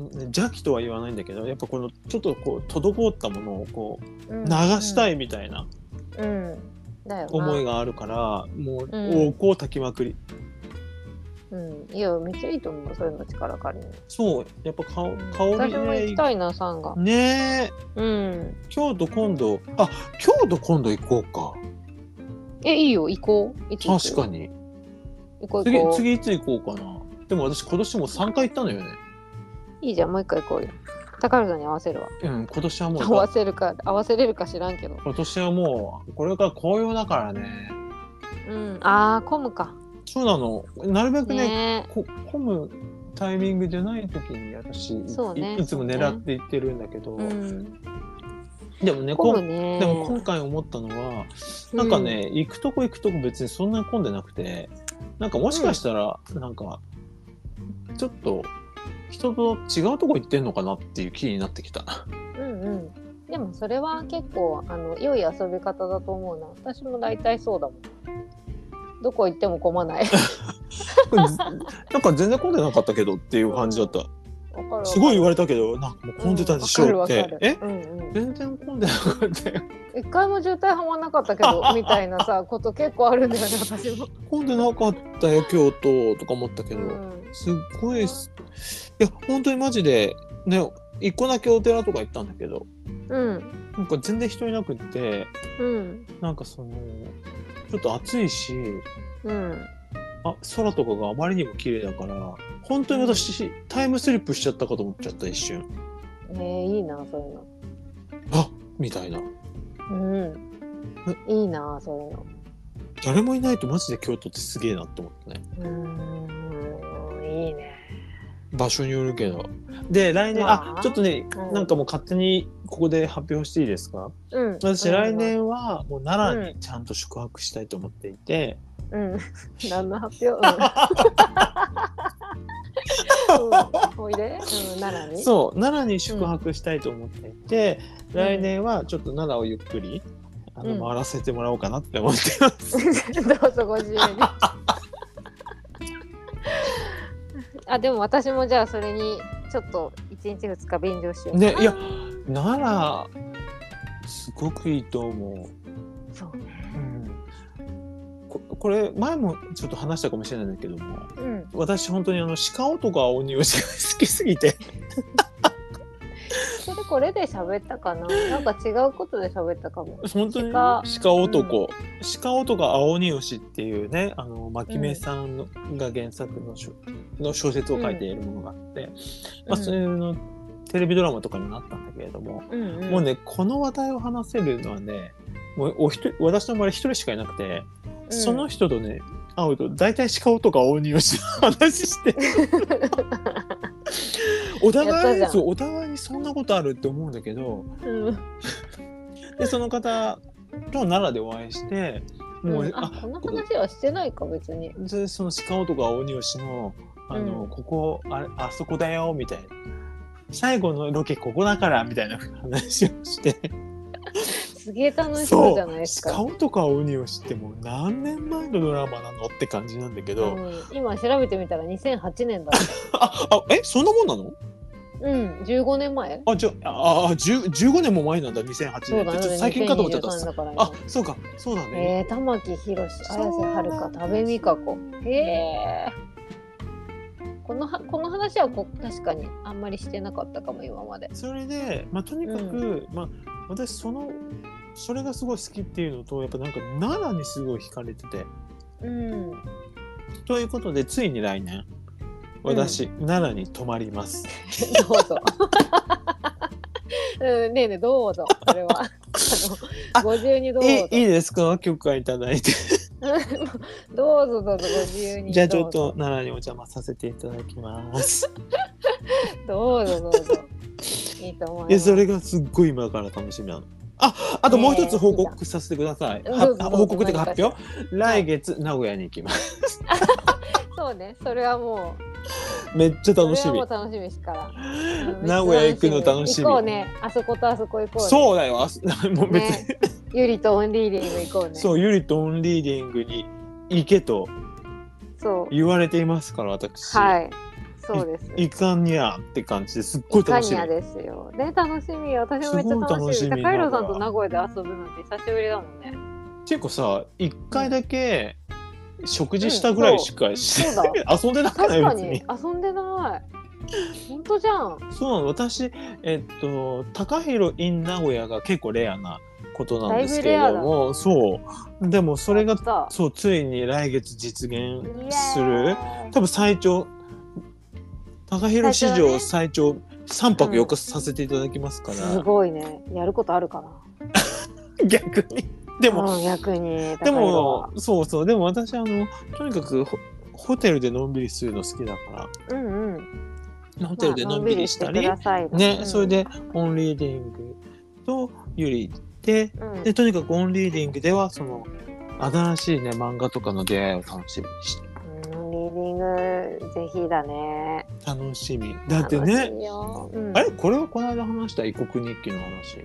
S1: んんん邪気とは言わないんだけどやっぱこのちょっとこう滞ったものをこう
S2: うん
S1: 流した
S2: い
S1: いみたいな
S2: うん、うんだよな
S1: 思いがあるから、もう
S2: うん
S1: お香を炊きまくり、
S2: うんいやめっちゃいいと思うそういうの力借りる
S1: そうやっぱ香
S2: のうん
S1: 香
S2: 私も行
S1: り
S2: き
S1: ね
S2: たいなサンガ
S1: ねえ
S2: うん
S1: 京都今度あ京都今度行こう
S2: えいいよ行こういつ
S1: か
S2: 行く
S1: 確かに
S2: 行こう
S1: 次
S2: 行こう
S1: 次いつ行こうかなでも私今年も3回行ったのよね
S2: いいじゃんもう一回行こうよ高原さんに合わせるわ
S1: うん今年はもう
S2: 合わせるか合わせれるか知らんけど
S1: 今年はもうこれから紅葉だからね
S2: うんああ混むか
S1: そうなのなるべくね
S2: ね
S1: こ混むタイミングじゃない時に私、
S2: そうね
S1: いいつも狙っていってるんだけど、
S2: えうん
S1: でもね
S2: 混む
S1: こん
S2: ね
S1: でも今回思ったのはなんかね、行くとこ行くとこ別にそんなに混んでなくてなんかもしかしたらなんかちょっと人と違うとこ行ってんのかなっていう気になってき た。
S2: うんうんでもそれは結構あの良い遊び方だと思うな私も大体そうだもんどこ行っても混まない
S1: なんか全然混んでなかったけどっていう感じだった。
S2: わか る
S1: すごい言わ
S2: れ
S1: れたけどなんかもう混んでたでしょって。え
S2: うんうん、
S1: 全然混んでなかったよ。
S2: 一回も渋滞はまんなかったけどみたいな さこと結構あるんだよね私も、
S1: 混んでなかったよ京都とか思ったけ
S2: う
S1: ど、
S2: ん、
S1: すっごいすいや本当にマジでね一個だけお寺とか行ったんだけど
S2: うん
S1: なんか全然人いなくって
S2: うん
S1: なんかそのちょっと暑いし
S2: うん
S1: あ空とかがあまりにも綺麗だから本当に私タイムスリップしちゃったかと思っちゃった一瞬
S2: ねえいいなそういうの
S1: あみたいな
S2: うん。いいなあそういうの。
S1: 誰もいないとマジで京都ってすげえなって思ったね
S2: うーん、いいね。
S1: 場所によるけどで来年あ
S2: まあ
S1: ちょっとね、
S2: うん
S1: なんかもう勝手にここで発表していいですか
S2: うん。
S1: 私
S2: うん
S1: 来。年はもう奈良にちゃんと宿泊したいと思っていて、
S2: うん。何の発表？ うんうん。おいで。うん。奈良に。
S1: そう奈良に宿泊したいと思っていて、
S2: ん
S1: 来年はちょっと奈良をゆっくりあ
S2: うん
S1: の回らせてもらおうかなって思ってます。
S2: どうぞご 自由に。あでも私もじゃあそれにちょっと一日二日便乗しよう。
S1: ねいや奈良すごくいいと思う。
S2: そうね。
S1: ここれ前もちょっと話したかもしれないんだけども
S2: うん。
S1: 私本当にあの鹿男青鬼を好きすぎて
S2: それこれで喋ったかな。なんか違うことで喋ったかも。
S1: 本当に
S2: 鹿
S1: 鹿男、鹿男青鬼牛っていうねあの牧目さんのが原作のしょの小説を書いているものがあって、まあ、それのテレビドラマとかにもなったんだけれども、
S2: うんうん。
S1: もうねこの話題を話せるのはねもうお一人私の周り一人しかいなくて、
S2: うん
S1: その人とね会うと大体鹿男青鬼牛の話 してお互い
S2: やったじゃん
S1: そうお互いにそんなことあるって思うんだけど
S2: うん。
S1: でその方と奈良でお会いしてもう、
S2: うんあこの話はしてないか別に。
S1: でその鹿男青鬼吉のあの、
S2: うん
S1: ここあれあそこだよみたいな最後のロケここだからみたいな 話をして
S2: すげえ楽しそう
S1: そ
S2: じゃないです
S1: う
S2: か。
S1: 鹿男青鬼吉ってもう何年前のドラマなのって感じなんだけど、
S2: うん今調べてみたら2008年だっ
S1: ああえそんなもんなの
S2: た。うん、15年前。
S1: あじゃああ10 15年も前なんだ2008年ってち
S2: そ
S1: ょ
S2: う
S1: っ
S2: だ
S1: と
S2: ね。
S1: 最近かと思っちゃった
S2: 2023だからね
S1: あそうかそうだね、
S2: えー、玉木宏、
S1: そうな
S2: 綾
S1: ん
S2: 瀬はるか、多部未華子。へえ。このはこの話はこ確かにあんまりしてなかったかも今まで。
S1: それで、まあ、とにかく、まあ、私そのそれがすごい好きっていうのとやっぱなんか奈良にすごい惹かれてて
S2: うん。
S1: ということでついに来年私、奈良に泊まります
S2: どうぞ。 うん、ねえねえどうぞ これは。あの
S1: あ
S2: ご自由にどうぞ。
S1: えいいですか許可いただいて
S2: うん どうぞどうぞご自由に。
S1: じゃあちょっ
S2: どう
S1: と
S2: ぞ。
S1: 奈良にお邪魔させていただきます
S2: どうぞどうぞ。いいと思います。
S1: でそれがすっごい今から楽しみなのああともう一つ報告させてください、
S2: えー
S1: は
S2: どうぞどうぞ
S1: 報告というか発
S2: 何
S1: 表来月名古屋に行きます
S2: そうねそれはもう
S1: めっちゃ楽し
S2: それ
S1: み
S2: はもう楽しみですから。うん
S1: 名古屋行くの楽しみ
S2: 行こうねあそことあそこ行こうね。
S1: そうだよあすもう別に、
S2: ねゆりとオンリーリーグ行こうね。
S1: そう、ゆりとオンリーディングに行けと
S2: そう。
S1: 言われていますから、私。
S2: はい。そうです。
S1: いかんにゃって感じですっごい楽し
S2: いか
S1: み
S2: に。やですよ。ね、楽しみ。私もめっちゃ
S1: すごい
S2: 楽
S1: 楽
S2: し
S1: し
S2: み。
S1: み
S2: 高弘さんと名古屋で遊ぶなんて久しぶりだもんね。
S1: 結構さ、一回だけ食事したぐらいしかして、
S2: そうだ。
S1: 遊んでなく
S2: 確
S1: ない
S2: か
S1: 別
S2: に
S1: に。
S2: 遊んでない。本当じゃん。
S1: そうなの、私、えっと、高弘 in 名古屋が結構レアなことなんですけれども、そう。でもそれが、
S2: さ
S1: そう、ついに来月実現
S2: イエーイ
S1: する。多分最長高弘史上最長3泊4日させていただきますから、
S2: すごいね。やることあるか な。
S1: 逆にでも、
S2: うん、逆に。
S1: で
S2: 高弘は
S1: もそうそうでも私あのとにかくホホテルでのんびりするの好きだか
S2: うんうん。
S1: らホテルでのんびりしたり,、
S2: まあのんびりしてください
S1: ね、それ。でオンリーディングとゆり行って
S2: うんうん
S1: でとにかくオンリーディングではその新しいね漫画とかの出会いを楽しみにして
S2: うんリーディング、ぜひだね。
S1: 楽しみだってね
S2: 楽しいよ。うん
S1: あれこれはこの間話した異国日記の話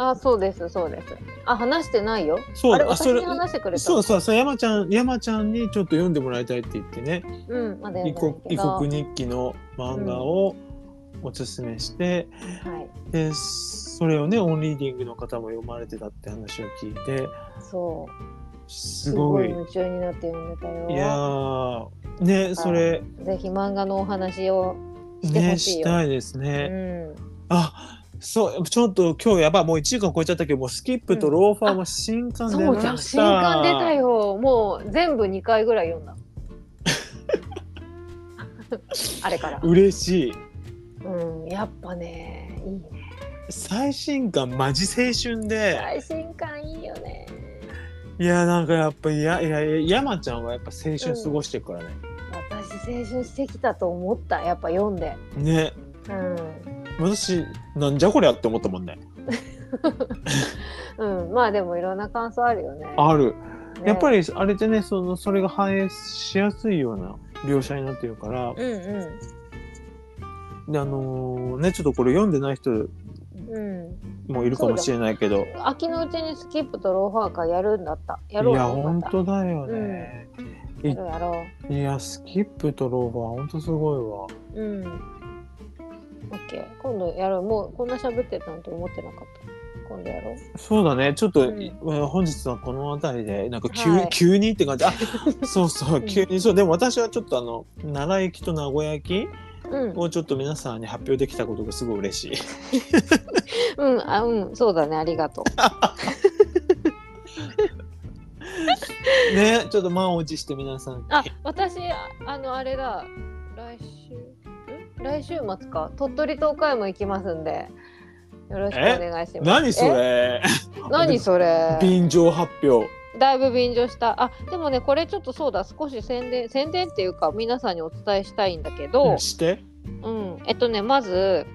S2: あ、そうです、そうです。あ、話してないよ。
S1: そう
S2: あれ、
S1: あ
S2: 私
S1: それ
S2: に話してくれた。
S1: そうそうそう山ちゃん山ちゃんにちょっと読んでもらいたいって言ってね
S2: うん、まだ
S1: 「
S2: や
S1: 異
S2: んない
S1: 国
S2: け
S1: 異
S2: ど
S1: 国日記」の漫画をおすすめして、
S2: はい、
S1: でそれをねオンリーディングの方も読まれてたって話を聞いて
S2: そう。
S1: す
S2: す
S1: ご
S2: ごい
S1: い。
S2: 夢中になって読んでたよ。
S1: いやーねそれ
S2: ぜひ漫画のお話を。してほ
S1: ね
S2: しいよ
S1: したいです
S2: う
S1: ね。
S2: ん。
S1: あそうちょっと今日やばいもう1時間超えちゃったけどもうスキップとローファーも新刊出
S2: そうじゃ
S1: ま
S2: ん。
S1: し
S2: 新刊出た
S1: た。
S2: よ。もう全部二回ぐらい 読んだ。あれから。
S1: 嬉しい。
S2: うん、やっぱね、いいね。
S1: 最新刊マジ青春で。
S2: 最新刊いいよね。
S1: いやなんかやっぱいやいやいや山ちゃんはやっぱ青春過ごしてるからね、
S2: 私青春してきたと思った。やっぱ読んで。
S1: ね
S2: うん。
S1: 私なんじゃこりゃって思ったもんね
S2: うん、まあでもいろんな感想あるよね。
S1: ある
S2: ね
S1: やっぱりあれでねそのそれが反映しやすいような描写になってるから
S2: うんう
S1: であのーねちょっとこれ読んでない人
S2: んうん
S1: もいるかもしれないけど
S2: 秋のうちにスキップとローファーカーやるんだったやろ
S1: いうや
S2: よかっ
S1: 本
S2: た
S1: 当だよね、
S2: やろうやろ
S1: いやスキップとローバー本当すごいわ
S2: ううんオッケー今度やろうもうこんな喋ってたなんて思ってなかった今度やろう
S1: そうだねちょっと、
S2: うん
S1: い本日はこの辺りでなんか急,、
S2: はい
S1: 急にって 感じあそうそう
S2: うん
S1: 急にそうでも私はちょっとあの奈良行きと名古屋行き
S2: うん
S1: をちょっと皆さんに発表できたことがすごい嬉しい。
S2: うん、あ、うん、そうだね、ありがとう。
S1: ねちょっと満を持して皆さん
S2: あ、私、ああの、あれだ、来週、ん来週末か、鳥取東海も行きますんで、よろしくお願いします。
S1: 何そ
S2: え
S1: れ
S2: 何それ
S1: 便乗発表
S2: だいぶ便乗した。あ、でもね、これちょっとそうだ、少し宣伝、宣伝っていうか、皆さんにお伝えしたいんだけど、
S1: して
S2: うん、えっとね、まず、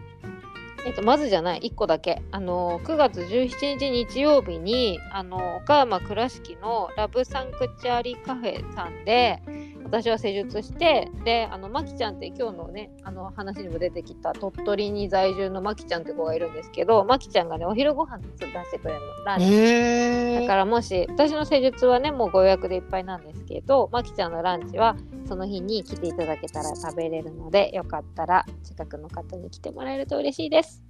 S2: えっと、まずじゃない、1個だけ。あの、9月17日日曜日に、あの、岡山倉敷のラブサンクチュアリカフェさんで、私は施術して、で、あの、まきちゃんって今日のね、あの話にも出てきた鳥取に在住のまきちゃんって子がいるんですけど、まきちゃんがね、お昼ご飯出してくれるの。ランチ
S1: え
S2: だからもし私の施術はねもうご予約でいっぱいなんですけどまきちゃんのランチはその日に来ていただけたら食べれるのでよかったら近くの方に来てもらえると嬉しいです。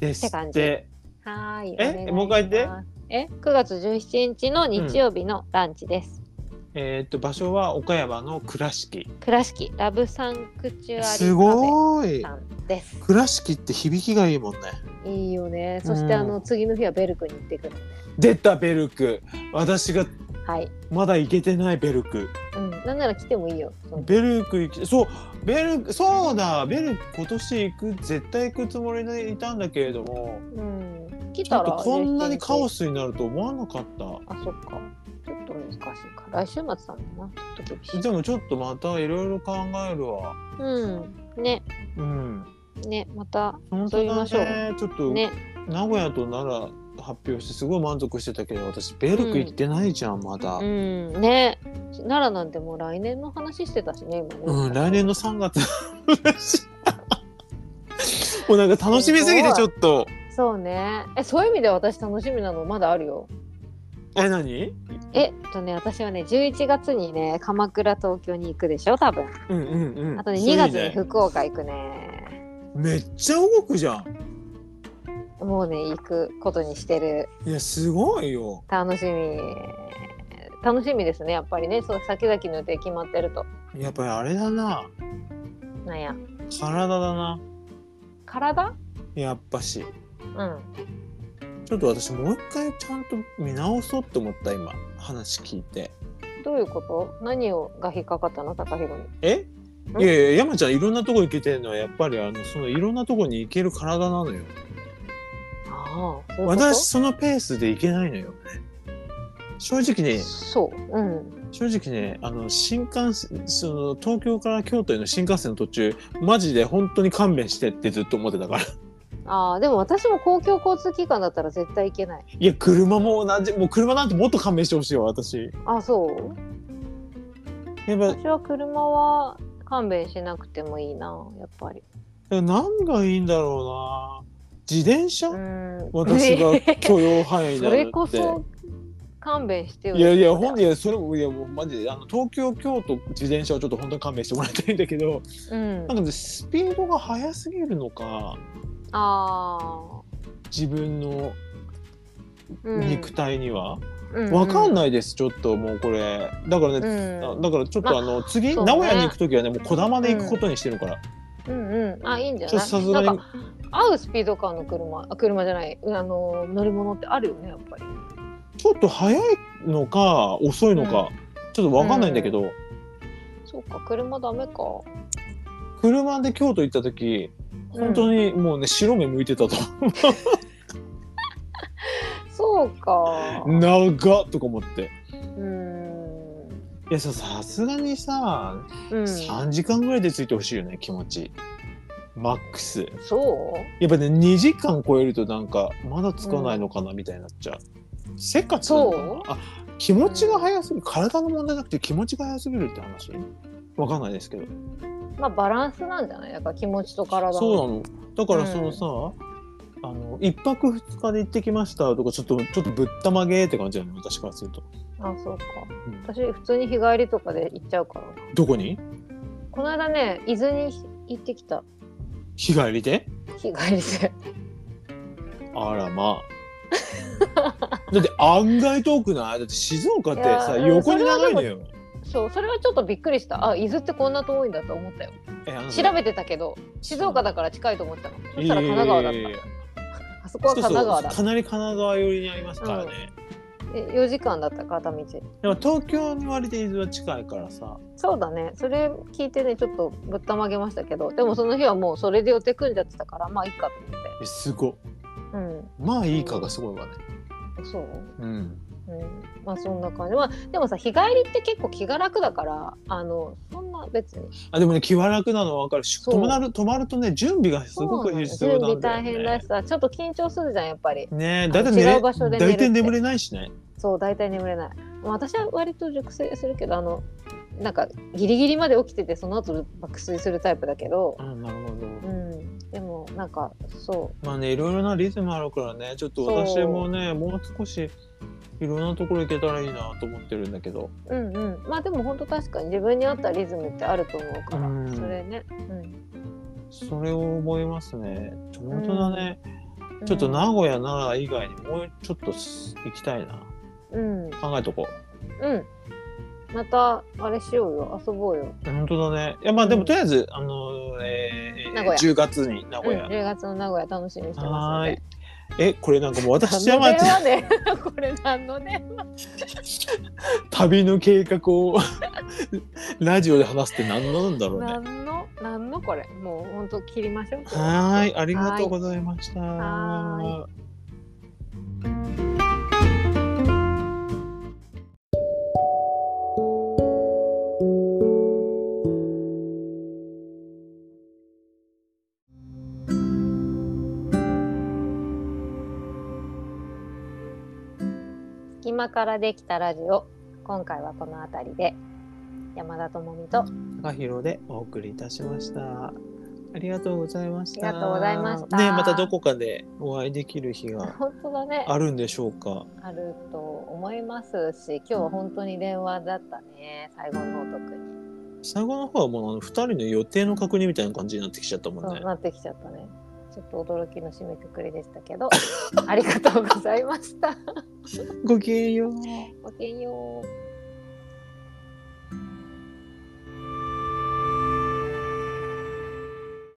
S1: です
S2: って感
S1: っ
S2: じ
S1: て
S2: はーい。
S1: え
S2: お願いします
S1: もう一回言
S2: え ?9 月17日の日曜日のランチです。
S1: えーっと場所は岡山の倉敷
S2: 倉敷ラブサンクチュアリカフ
S1: す
S2: ェ
S1: ごい
S2: さんです。
S1: 倉敷って響きがいいもんね
S2: いいよね。そして、
S1: うん
S2: あの次の日はベルクに行ってくる。
S1: 出たベルク私が
S2: はい。
S1: まだ行けてないベルク
S2: うん。なんなら来てもいいよ。その
S1: ベルク行きそうベルクそうだベルク今年行く絶対行くつもりでいたんだけれども
S2: うん。来
S1: ちょ
S2: た
S1: っ
S2: ら
S1: とこんなにカオ
S2: ス
S1: スになると思わなかった
S2: あ、そっか。ちょっと難しいか。来週末だもんな。ちょっと厳しい。
S1: でもちょっとまたいろいろ考えるわ。
S2: うん。ね、
S1: うん。
S2: ね、また
S1: 本
S2: 遊びま
S1: 当
S2: しょう。
S1: だね。ちょっと、
S2: ね、
S1: 名古屋と奈良発表してすごい満足してたけど、私ベルク行ってないじゃん、まだ
S2: う。ん、ね。奈良なんてもう来年の話してたしね、今ね。
S1: うん、来年の3月。 もうなんか楽しみすぎてちょっと。
S2: そうね。え、そういう意味で私楽しみなのまだあるよ。
S1: え、何？
S2: えっとね、私はね、11月にね、鎌倉、東京に行くでしょ、多分。
S1: うんうんうん。
S2: あとね、
S1: そうい
S2: 2
S1: う
S2: 月に
S1: ね
S2: 福岡行くね。
S1: めっちゃ動くじゃん。
S2: もうね、行くことにしてる。
S1: いやすごいよ。
S2: 楽しみ。楽しみですね、やっぱりね。そう、先々の予定決まってると。
S1: やっぱりあれだな。
S2: なんや。
S1: 体だな。
S2: 体
S1: やっぱし。
S2: うん。
S1: ちょっと私もう一回ちゃんと見直そうって思った今話聞いて。
S2: どういうこと何をが引っかかったの高弘に。
S1: え
S2: ん
S1: いやいや山ちゃんいろんなとこ行けてるのはやっぱりあのそのいろんなとこに行ける体なのよ。
S2: ああ、そういうこと
S1: 私そのペースで行けないのよね。正直ね
S2: そう。うん。
S1: 正直ねあの新幹線その東京から京都への新幹線の途中マジで本当に勘弁してってずっと思ってたから。
S2: ああ、でも私も公共交通機関だったら絶対行けない。
S1: いや車も同じもう車なんてもっと勘弁してほしいわ私。
S2: あそう。
S1: やっぱ
S2: 私は車は勘弁しなくてもいいな、やっぱり。
S1: 何がいいんだろうな。自転車、
S2: うん。
S1: 私が許容範囲
S2: そ
S1: なのって。
S2: れこそ勘弁してよ。
S1: いやいや、ほんで、いやそれも、いや、もう、マジで、あの、東京、京都、自転車はちょっと本当に勘弁してもらいたいんだけど、
S2: うん
S1: な。んかね、スピードが速すぎるのか、
S2: ああ。
S1: 自分の肉体には。わ、
S2: わ
S1: かん
S2: ない。
S1: ないです、ちょっと、もうこれ。だから
S2: う
S1: ね、あ
S2: ん。
S1: だからちょっ
S2: ま
S1: とあの、次、
S2: そうね
S1: 名古屋に行くときはね、もう小玉で行くことにしてるから、
S2: うんうん。あ、いいんじゃ
S1: ちょっとさ
S2: ない
S1: す
S2: な
S1: が
S2: ん
S1: に
S2: か、合うスピード感の車、あ車じゃない、あの、乗り物ってあるよね、やっぱり。
S1: ちょっと速いのか、遅いのか、ちょっとわかんないんだけど、
S2: そうか、車ダメか。
S1: 車で京都行ったとき、本当にもうね、白目向いてたと、
S2: そうか。
S1: 長っとか思って。
S2: うん。
S1: いや、そうさすがにさ、
S2: うん。
S1: 3時間ぐらいでついてほしいよね気持ちマックスや
S2: そ
S1: っぱね2時間超えるとなんかまだつかないのかなみたいになっちゃう、せっかちなのかな
S2: そう
S1: あ気持ちが早すぎる体の問題なくて気持ちが早すぎるって話わかんないですけど
S2: まあバランスなんじゃないだから気持ちと体
S1: そう
S2: う
S1: なのだからそのさ、あの一泊二日で行ってきましたとかちょっとちょっとぶったまげーって感じなの私からすると、
S2: あそうか
S1: うん
S2: 私普通に日帰りとかで行っちゃうからな
S1: どこに
S2: この間ね伊豆に行ってきた
S1: 日帰りで
S2: 日帰りで
S1: あらまあだって案外遠くないだって静岡ってさ
S2: いや
S1: 横に長いのよ
S2: そうそれはちょっとびっくりしたあ伊豆ってこんな遠いんだと思ったよ
S1: えあの
S2: 調べてたけど静岡だから近いと思ったのそしたら神奈川だっ
S1: いやいやいやいや
S2: たあそこは神奈川だ
S1: そうそうかなり神奈川寄りにありますからね、
S2: え4時間だった片道
S1: でも東京の割で伊豆は近いからさ
S2: そうだねそれ聞いてねちょっとぶったまげましたけどでもその日はもうそれで予定組んじゃってたからまあいいかと
S1: えすごい
S2: 思って
S1: まあいいかがすごいわね
S2: うんそう
S1: うん
S2: うん、まあそんな感じ、まあ、でもさ日帰りって結構気が楽だからあのそんな別に
S1: あでもね気は楽なのは分かるし
S2: そう
S1: 泊まる泊まるとね準備がすごく必
S2: そう
S1: 要
S2: な
S1: なん
S2: の準備大変
S1: だよ
S2: だ
S1: ね
S2: しさちょっと緊張するじゃんやっぱり
S1: ねえ
S2: の
S1: だいたい寝
S2: 違
S1: れ
S2: う場所で寝るって
S1: 大体眠れないしね
S2: そう大体眠れない、まあ、私は割と熟睡するけどあのなんかギリギリまで起きててその後爆睡するタイプだけど
S1: あなるほど
S2: うんでもなんかそ
S1: まあねいろいろなリズムあるからねちょっと私もねもう少しいろんなところ行けたらいいなと思ってるんだけど
S2: ううんうんまあでも本当確かに自分に合ったリズムってあると思うから、
S1: うん
S2: それね、うん、
S1: それを思いますね本当だね、
S2: うん
S1: ちょっと名古屋奈良以外にもうちょっとす行きたいな
S2: うんうん
S1: 考えとこ
S2: またあれしようよ遊ぼうよ、
S1: う本当だねいやまあで
S2: う
S1: も
S2: ん
S1: とりあえず、あのえー
S2: 名古屋
S1: 10月に名
S2: うん、
S1: 古屋、
S2: 10月の名古屋楽しみにして
S1: は
S2: ま
S1: ーい
S2: すので
S1: えこれなんか もう私は
S2: 何の
S1: まあ
S2: 電話ね これ何の電話
S1: 旅の計画をラジオで話すって何なんだろうね
S2: 何の何のこれもう本当切りましょう
S1: はーいありがとうございました
S2: はーい隙間からできたラジオ今回はこの辺りで山田智美とあ
S1: 高弘でお送りいたしました。ありがとうございました。
S2: ありがとうございました
S1: ね、またどこかでお会いできる日が
S2: 本当だねあ
S1: あるんでしょうか。
S2: ると思いますし今日は本当に電話だったね最後の方特に
S1: 最後の方はもうあの二人の予定の確認みたいな感じになってきちゃったもん
S2: そう
S1: ね。
S2: なってきちゃったねちょっと驚きの締めくくりでしたけ どありがとうございました
S1: ごきげんよう。
S2: ごきげんよう